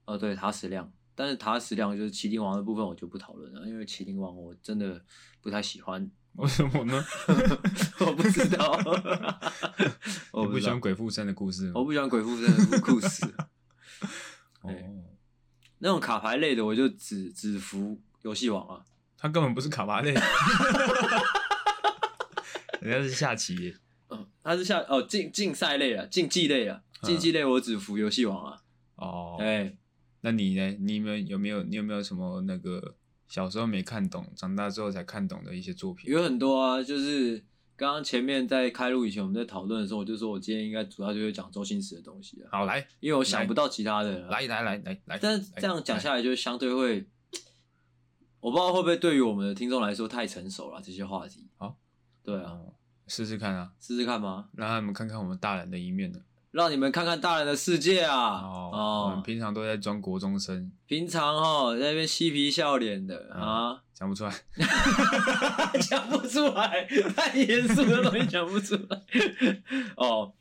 哦，对，塔矢亮，但是塔矢亮就是麒麟王的部分我就不讨论了，因为麒麟王我真的不太喜欢， 为什么呢？ 我不知道， 我你不哦不知喜道哦欢，鬼附身的故事吗？我不喜欢鬼附身的故故事，对哦，那种卡牌类的我就只只服游戏王啊，他根本不是卡巴 类，人家是下棋耶。嗯，它是下哦竞竞赛类啊，竞技类啊，竞技类我只服游戏王啊，嗯哦，哎，那你呢？你们有没有你有没有什么那个小时候没看懂，长大之后才看懂的一些作品？有很多啊，就是。刚刚前面在开录以前，我们在讨论的时候，我就说我今天应该主要就是讲周星驰的东西啊，好，来因为我想不到其他的了。来来来来来，但是这样讲下来，就相对会我不知道会不会对于我们的听众来说太成熟了这些话题。好，对啊，哦，试试看啊，试试看吗？让他们看看我们大人的一面呢。让你们看看大人的世界啊！哦，我们平平常都在装国中生，平常哦在那边嬉皮笑脸的嗯啊，讲不出来。讲不出来，太严肃的东西讲不出来。哦，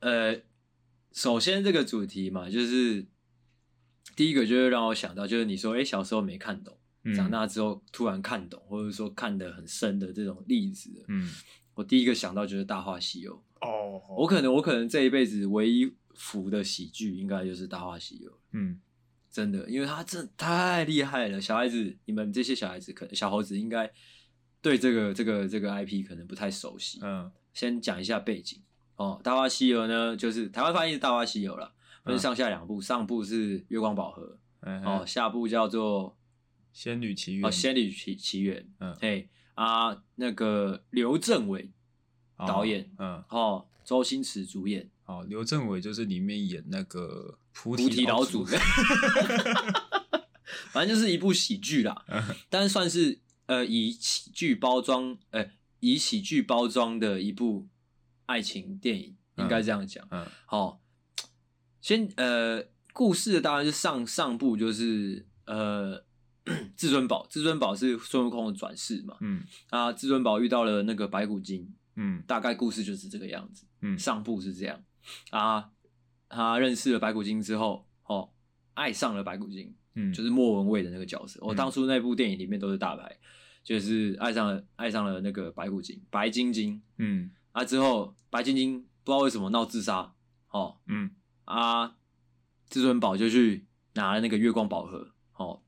呃，首先这个主题嘛，就是第一个就会让我想到，就是你说，哎、小时候没看懂，嗯长，大之后突然看懂，或者说看得很深的这种例子，嗯，我第一个想到就是《大话西游》。哦，我可能我可能这一辈子唯一服的喜剧，应该就是《大话西游》。嗯，真的，因为他真的太厉害了。小孩子，你们这些小孩子，可小猴子应该对这个这个这个 IP 可能不太熟悉。嗯，先讲一下背景哦，《大话西游》呢，就是台湾翻译是《大话西游》啦，分嗯上下两部，上部是《月光宝盒》，嗯哦，，下部叫做《仙女奇哦缘》 《仙女奇奇缘》。嗯嘿啊，那个刘镇伟哦导演嗯，哦，周星驰主演，哦，刘镇伟就是里面演那个菩菩提老老祖 祖，反正就是一部喜剧啦，嗯但是算是呃以喜剧包装，呃以喜剧包装的一部爱情电影，应该这样讲。嗯好、先呃故事的当然是上上部就是呃 至尊宝，至尊宝是孙悟空的转世嘛，嗯啊至尊宝遇到了那个白骨精，嗯大概故事就是这个样子。嗯上部是这样啊，他认识了白骨精之后，哦，爱上了白骨精，嗯，就是是莫文蔚的那个角色。我、嗯当初那部电影里面都是大牌，就是爱上了爱上了那个白骨精白晶晶嗯啊，之后白晶晶不知道为什么闹自杀，哦嗯啊，至尊宝就去拿了那个月光宝盒，哦，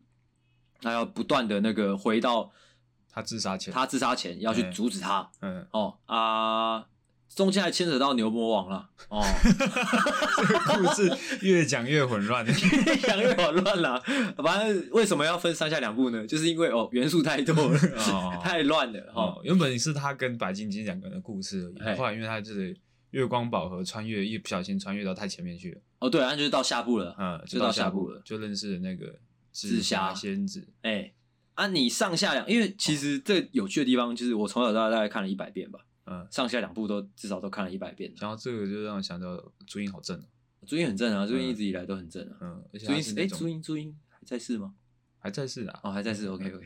他要不断的那个回到他自杀前，他自杀前要去哎阻止他，嗯， 哦啊，中间还牵扯到牛魔王了哦， 这个故事越讲越混 乱。想越好乱了。反正为什么要分上下两部呢？就是因为哦元素太多了，哦 太乱了哦哦。，原本是他跟白晶晶两个人的故事而嘿已，后来因为他就是月光宝盒穿越，一不小心穿越到太前面去了，哦对，然后就是到下部了。嗯，就到下部部了就认识了那个紫霞仙子，哎啊，你上下两，因为其实这有趣的地方就是我从小到大大概看了一百遍吧，嗯，上下两部都至少都看了一百遍了。然后这个就让我想到朱茵好正哦，朱茵很正啊，朱茵一直以来都很正啊。嗯，而且朱她茵是哎，那朱种茵朱茵还在世吗？还在世啊，哦，还在世。OK OK。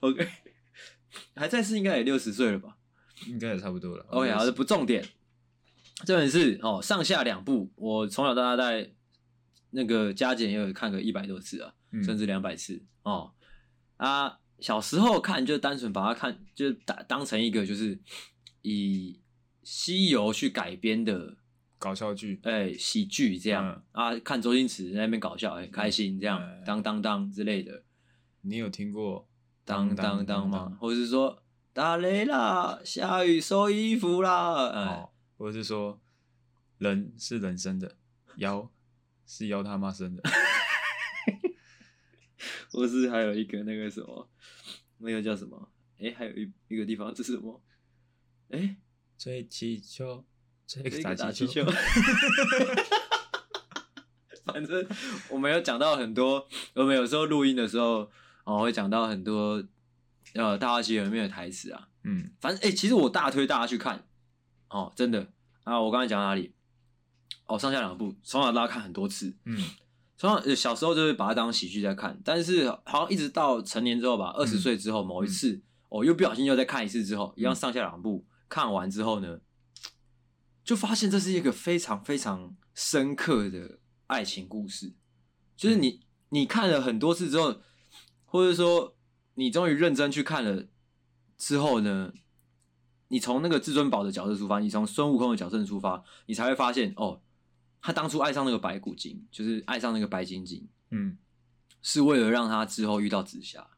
OK，还在世应该也六十岁了吧应该也差不多了。 ？OK，好，这不重点，重点是哦，上下两部，我从小到大在那个加减也有看个一百多次啊，甚嗯至两百次哦。啊，小时候看就单纯把它看，就是打当成一个就是以西游去改编的搞笑剧，哎、喜剧这样、嗯啊，看周星驰在那边搞笑，很、开心这样，嗯当当当之类的，你有听过当当当嘛，？或者是说打雷啦，下雨收衣服啦，哎、哦，或者是说人是人生的，妖是妖他妈生的， 或是还有一个那个什么，那个叫什么？哎、还有一一个地方是什么？哎、吹气球，吹这个个打打气气球球。。 反正我们有讲到很多，我们有时候录音的时候，哦，会讲到很多呃《大话西游》里面的台词啊。嗯反正哎、其实我大推大家去看，哦，真的啊，我刚才讲到哪里？哦，上下两部，从小到大看很多次，嗯从小呃小时候就是把它当喜剧在看，但是好像一直到成年之后吧，二十嗯岁之后某一次，我、哦、又不小心又再看一次之后，一样嗯上下两部，看完之后呢，就发现这是一个非常非常深刻的爱情故事，嗯就是你、你看了很多次之后，或者说你终于认真去看了之后呢，你从那个至尊宝的角色出发，你从孙悟空的角色出发，你才会发现哦，他当初爱上那个白骨精，就是爱上那个白晶晶，嗯是为了让他之后遇到紫霞。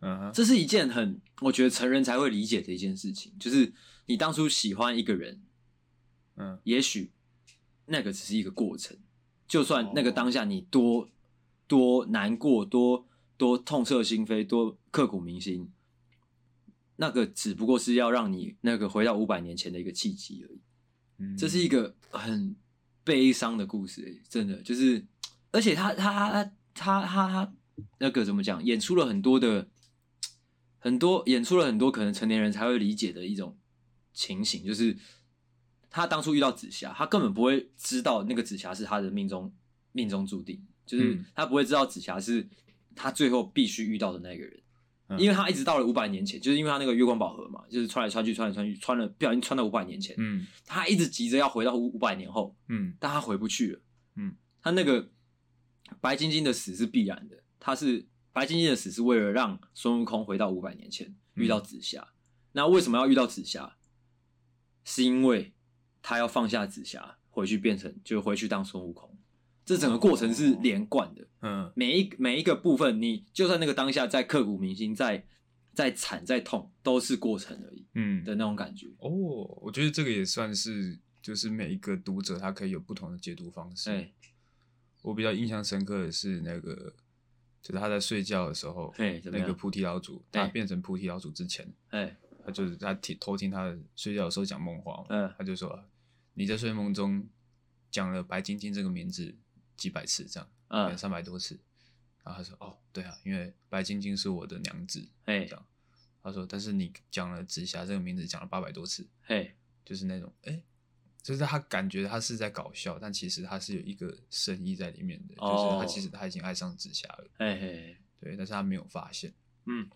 嗯哼这是一件很我觉得成人才会理解的一件事情，就是你当初喜欢一个人，嗯也许那个只是一个过程，就算那个当下你多多难过、多多痛彻心扉、多刻骨铭心，那个只不过是要让你那个回到五百年前的一个契机而已。嗯这是一个很悲伤的故事、欸，真的就是，而且他他他他他他那个怎么讲，演出了很多的很多演出了很多可能成年人才会理解的一种情形，就是他当初遇到紫霞，他根本不会知道那个紫霞是他的命中命中注定，就是嗯他不会知道紫霞是他最后必须遇到的那个人。嗯因为他一直到了五百年前，就是因为他那个月光宝盒嘛，就是穿来穿去，穿来穿去，穿了不小心穿到五百年前，嗯他一直急着要回到五五百年后，嗯但他回不去了。嗯，他那个白晶晶的死是必然的，他是白晶晶的死是为了让孙悟空回到五百年前遇到紫霞。那为什么要遇到紫霞？是因为他要放下紫霞，回去变成就回去当孙悟空。这整个过程是连贯的，嗯每一每一个部分，你就算那个当下再刻骨铭心，再再惨再痛，都是过程而已嗯的那种感觉。哦，我觉得这个也算是，就是每一个读者他可以有不同的解读方式。对，我比较印象深刻的是那个，就是他在睡觉的时候，嘿怎么那个样菩提老祖，对他变成菩提老祖之前，哎，他就是他听偷听他的睡觉的时候讲梦话嘛，嗯他就说你在睡梦中讲了白晶晶这个名字几百次，这样，嗯，三百多次。然后他说：“哦，对啊，因为白晶晶是我的娘子。”嘿这样，他说：“但是你讲了紫霞这个名字讲了八百多次，嘿，就是那种哎、诶就是他感觉他是在搞笑，但其实他是有一个深意在里面的，就是哦他其实他已经爱上紫霞了，嘿嘿，对，但是他没有发现。嗯，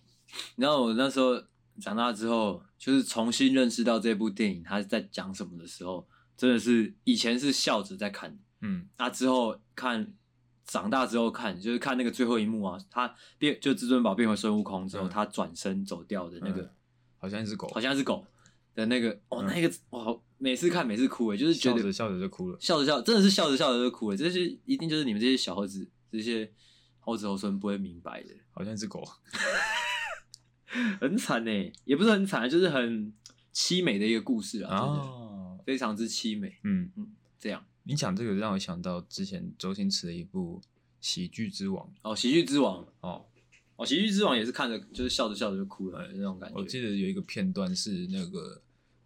然后我那时候长大之后，就是重新认识到这部电影它在讲什么的时候，真的是以前是笑着在看，嗯那、之后看长大之后看，就是看那个最后一幕啊，他变就至尊宝变回孙悟空之后，嗯他转身走掉的那个，嗯好像一只狗，好像是狗的那个，哦，嗯那个哇，好每次看每次哭诶、欸就是觉笑得着笑着就哭了。笑着笑，真的是笑着笑着就哭了，欸这是一定就是你们这些小猴子这些猴子猴孙不会明白的。好像一只狗。啊很惨呢、也不是很惨，就是很凄美的一个故事啊，真的、哦，非常之凄美。嗯，这样你讲这个让我想到之前周星驰的一部《喜剧之王》哦，喜剧之王哦，哦，喜剧之王也是看着就是笑着笑着就哭了那种感我记觉。得有一个片段是那个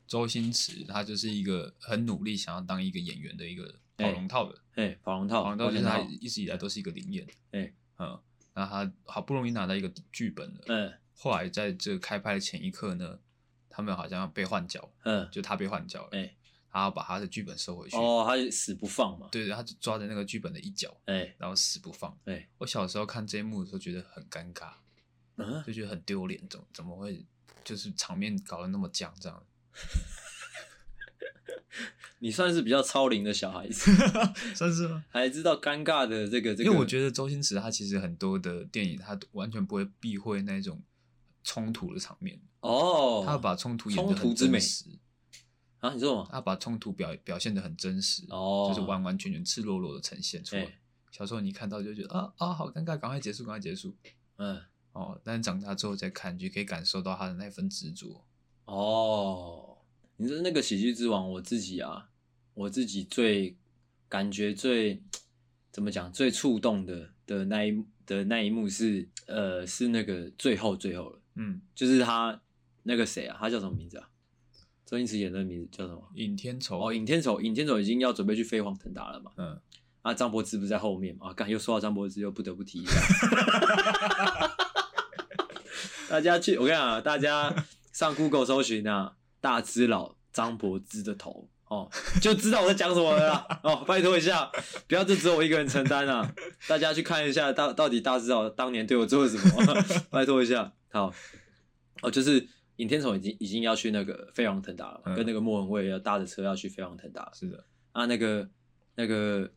周星驰，他就是一个很努力想要当一个演员的一个跑龙套的，哎，跑龙套，跑龙套就是跑他龙套一直以来都是一个灵验，哎，嗯，那他好不容易拿到一个剧本了，嗯后来在这个开拍的前一刻呢，他们好像被换角，嗯，就他被换角了，哎，他要把他的剧本收回去，哦，他就死不放嘛。对，他就抓着那个剧本的一角，哎，然后死不放。哎，我小时候看这一幕的时候觉得很尴尬，嗯，就觉得很丢脸，怎么怎么会就是场面搞得那么僵这样？ 你算是比较超龄的小孩 子，算是吗？还知道尴尬的这个这个。因为我觉得周星驰他其实很多的电影，他完全不会避讳那种冲突的场面，得哦，他把冲突演冲得突很之美真实，啊，你说什么？他把冲突表表现得很真实，哦，就是完完全全赤裸裸的呈现出哎来。小时候你看到就觉得啊啊好尴尬，赶快结束，赶快结束嗯。哦。但是长大之后再看，就可以感受到他的那份执着。哦，你说那个喜剧之王，我自己啊，我自己最感觉最怎么讲最触动的的那一的那一幕是，呃，是那个最后最后了，嗯，就是他那个谁啊，他叫什么名字啊？周星驰演的名字叫什么？尹天仇，哦，尹天仇，尹天仇已经要准备去飞黄腾达了嘛？嗯，啊，张柏芝不是在后面嘛？啊，刚又说到张柏芝，又不得不提一下。大家去，我跟你讲啊，大家上 Google 搜寻啊，大只佬张柏芝的头哦，就知道我在讲什么了啦。哦，拜托一下，不要就只有我一个人承担啊！大家去看一下，到到底大只佬当年对我做了什么？ 拜托一下。好，哦，就是尹天仇已经已经要去那个飞黄腾达了嘛，嗯跟那个莫文蔚要搭着车要去飞黄腾达了。是的，啊，那个那个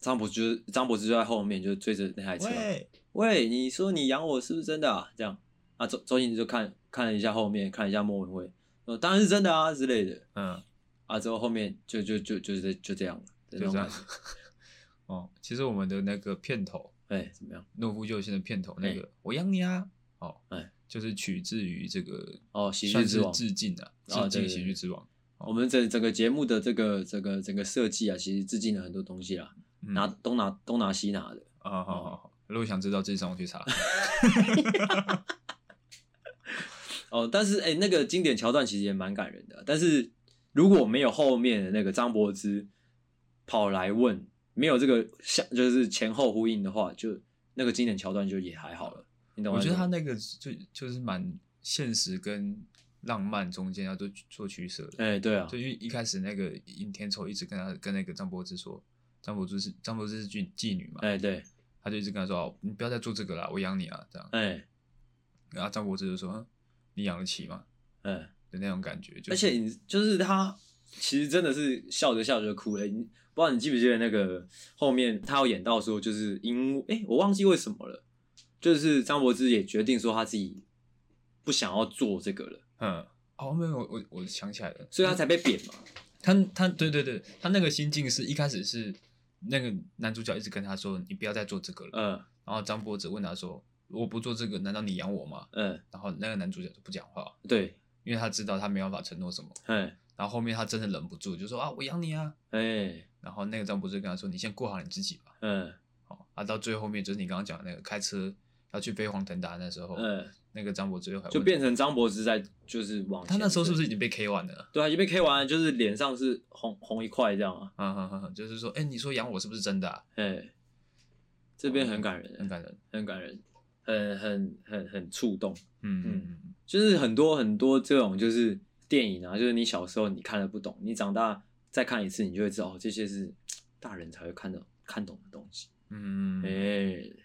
张柏芝就张柏芝就在后面，就追着那台车。喂，喂，你说你养我是不是真的啊？这样啊，周周星驰就看看了一下后面，看了一下莫文蔚，说当然是真的啊之类的。嗯，啊，之后后面就就就就是这就这样了，就就这样感觉。。哦，其实我们的那个片头，哎，怎么样？ 《懦夫救星》的片头哎那个“我养你啊”，哦，哎就是取自于这个哦喜剧算之是王致敬的、哦致敬对对《喜对剧之王》我们整整个节目的这个这个整个设计啊，其实致敬了很多东西啦，嗯拿东拿东拿西拿的。啊，好好好，如果想知道，自己上网 去查。哦，但是哎、那个经典桥段其实也蛮感人的，但是如果没有后面的那个张柏芝跑来问，没有这个像就是前后呼应的话，就那个经典桥段就也还好了。你懂我吗？觉得他那个就就是蛮现实跟浪漫中间要做做取舍的。哎、对啊，所以一开始那个尹天仇一直跟他跟那个张柏芝说，张柏芝是张柏芝是妓妓女嘛，哎、对，他就一直跟他说，哦，你不要再做这个啦，我养你啊，这样。哎、然后张柏芝就说，嗯你养得起吗？哎、的那种感觉。就是而且你就是他，其实真的是笑着笑着就哭了。你不知道你记不记得那个后面他有演到说，就是因为哎、我忘记为什么了，就是张柏芝也决定说他自己不想要做这个了，嗯，哦，没有，我我我想起来了，所以他才被贬嘛。他他对对对，他那个心境是一开始是那个男主角一直跟他说，你不要再做这个了。嗯然后张柏芝问他说，我不做这个，难道你养我吗？嗯，然后那个男主角就不讲话，对，因为他知道他没办法承诺什么。哎然后后面他真的忍不住就说啊，我养你啊。哎然后那个张柏芝跟他说，你先过好你自己吧。嗯哦，啊，到最后面就是你刚刚讲的那个开车要去飞黄腾达那时候，嗯，那个张柏芝又还就问变成张柏芝在就是往他那时候是不是？是已经被 K 完了？对啊，已经被 K 完了，就是脸上是红红一块这样啊。嗯哼哼哼，就是说，哎、你说养我是不是真的、啊？哎，这边很感人，嗯很感人。很感人，很很很很触动。嗯嗯嗯嗯，就是很多很多这种就是电影啊，就是你小时候你看了不懂，你长大再看一次，你就会知道哦，这些是大人才会看懂看懂的东西。嗯嗯哎、嗯。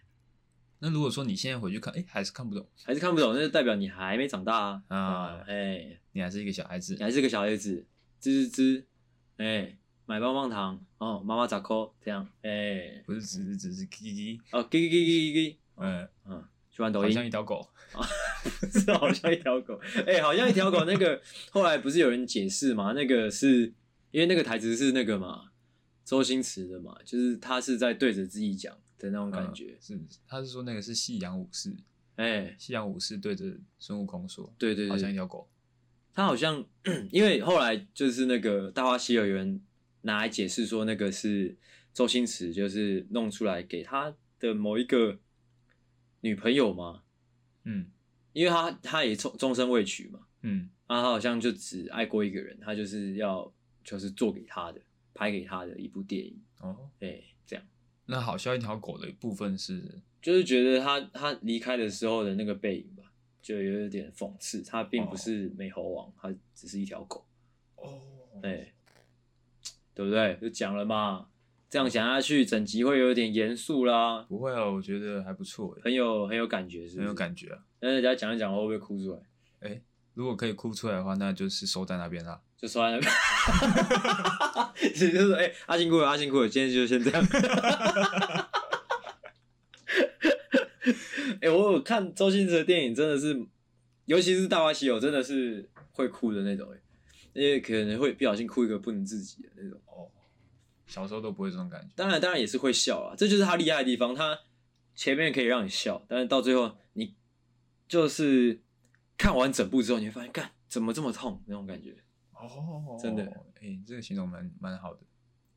那如果说你现在回去看，哎、还是看不懂，还是看不懂，那就代表你还没长大啊！啊哎、你还是一个小孩子你。还是个小孩子，吱吱吱，哎、买棒棒糖哦，妈妈咋扣这样，哎、不是只是只是 K K，哦，叽叽叽叽叽，嗯，嗯，去玩抖好音，像一条狗。是好像一条狗，哎、好像一条狗。那个后来不是有人解释嘛？那个是因为那个台词是那个嘛，周星驰的嘛，就是他是在对着自己讲的那种感觉嗯。是，他是说那个是夕阳武士，哎、夕阳武士对着孙悟空说，对对好像一对，条狗。他好像 因为后来就是那个《大话西游》有人拿来解释说，那个是周星驰就是弄出来给他的某一个女朋友嘛，嗯因为他他也终终身未娶嘛。嗯啊，他好像就只爱过一个人，他就是要就是做给他的，拍给他的一部电影，哦，对，这样那好像一条狗的部分是，就是觉得他他离开的时候的那个背影吧，就有一点讽刺，他并不是美猴王，他只是一条狗，哦哎、对不对？就讲了嘛，这样讲下去，整集会有点严肃啦，不会啊，我觉得还不错，很有很有感觉，是不很是有，感觉啊。但是人家讲一讲，我会不会哭出来？如果可以哭出来的话，那就是收在那边啦。就说在那边，其实 就是哎、阿信哭了，阿信哭了，今天就先这样。 哎、我有看周星驰的电影，真的是，尤其是《大话西游》，真的是会哭的那种、哎，因为可能会不小心哭一个不能自己的那种。哦，小时候都不会这种感觉。当然，当然也是会笑啊，这就是他厉害的地方。他前面可以让你笑，但是到最后你就是看完整部之后，你会发现，干怎么这么痛那种感觉。哦真的，哎、这个形容蛮蛮好的。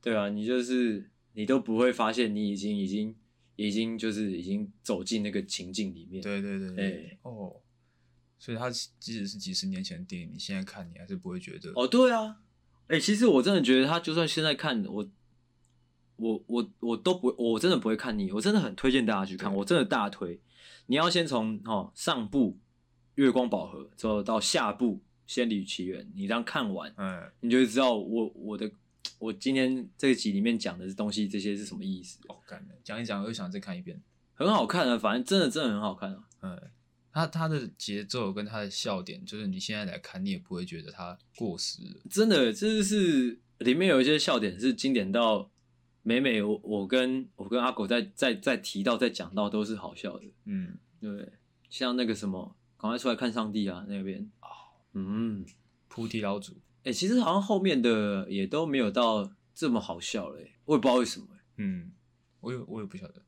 对啊，你就是你都不会发现你已经已经已经就是已经走进那个情境里面。，对对对对，哎哦，所以他即使是几十年前的电影，你现在看，你还是不会觉得哦，对啊，哎、其实我真的觉得他就算现在看我，我我我都不我真的不会看腻，我真的很推荐大家去看，对我真的大推。你要先从哦上部《月光宝盒》之后到下部《仙履奇缘》，你这样看完，嗯，你就会知道我我的我今天这一集里面讲的东西这些是什么意思，哦，感人。讲一讲，又想再看一遍。很好看啊，反正真的真的很好看啊。嗯，他他的节奏跟他的笑点，就是你现在来看，你也不会觉得他过时了。真的，这是里面有一些笑点是经典到，每每我我跟我跟阿狗在在在提到在讲到都是好笑的，嗯，对不对？像那个什么，赶快出来看上帝啊那边，嗯，菩提老祖，哎、其实好像后面的也都没有到这么好笑了、欸，我也不知道为什么、欸，嗯，我也我也不晓得。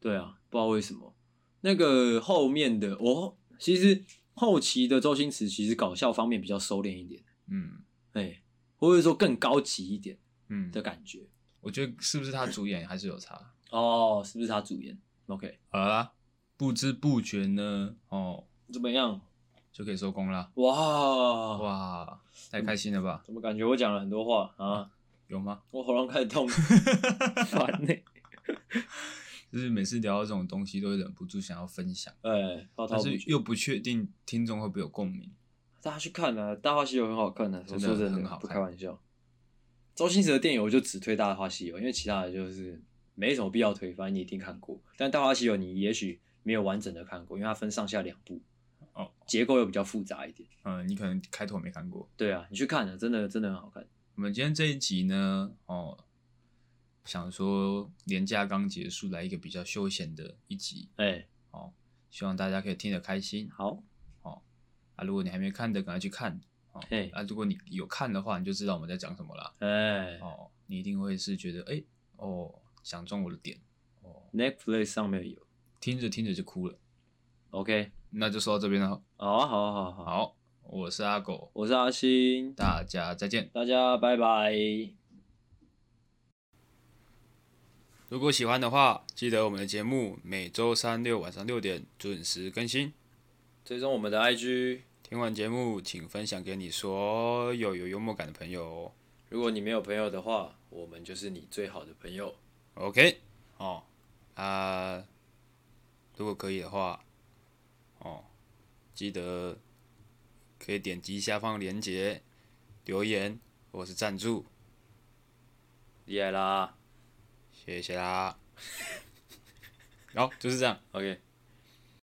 对啊，不知道为什么，那个后面的我其实后期的周星驰其实搞笑方面比较收敛一点，嗯哎、或者说更高级一点嗯，的感觉。我觉得是不是他主演还是有差。哦，是不是他主演？OK，好啦，不知不觉呢，哦，怎么样？就可以收工啦。哇，哇，太开心了吧？怎么感觉我讲了很多话嗯啊？有吗？我喉咙开始 痛，烦呢、欸就是每次聊到这种东西，都会忍不住想要分享，哎，滔滔但不是绝。又不确定听众会不会有共鸣。大家去看啊，《大话西游》很好看的、我真的说真很好不看开玩笑。周星驰的电影我就只推《大话西游》，因为其他的就是没什么必要推，反正你一定看过。但《大话西游》你也许没有完整的看过，因为它分上下两部，哦，结构又比较复杂一点。嗯，你可能开头没看过。对啊，你去看了，真的真的很好看。我们今天这一集呢，哦，想说年假刚结束，来一个比较休闲的一集，哎、希望大家可以听得开心好，啊！如果你还没看的，赶快去看哦嘿。啊，如果你有看的话，你就知道我们在讲什么啦。哎、哦，你一定会是觉得，哎、哦，想中我的点，哦， n e t f l i x 上面有听着听着就哭了。 ，OK，那就说到这边了。好啊，好啊，好啊好啊好，我是阿狗，我是阿星，大家再见。大家拜拜。如果喜欢的话，记得我们的节目每周三六晚上六点准时更新。追踪我们的 IG，听完节目，请分享给你所有有幽默感的朋友哦。如果你没有朋友的话，我们就是你最好的朋友。 OK，哦，啊、如果可以的话，哦，记得可以点击下方链接留言或是赞助，厉害啦 谢谢啦。好、就是这样。 ，OK。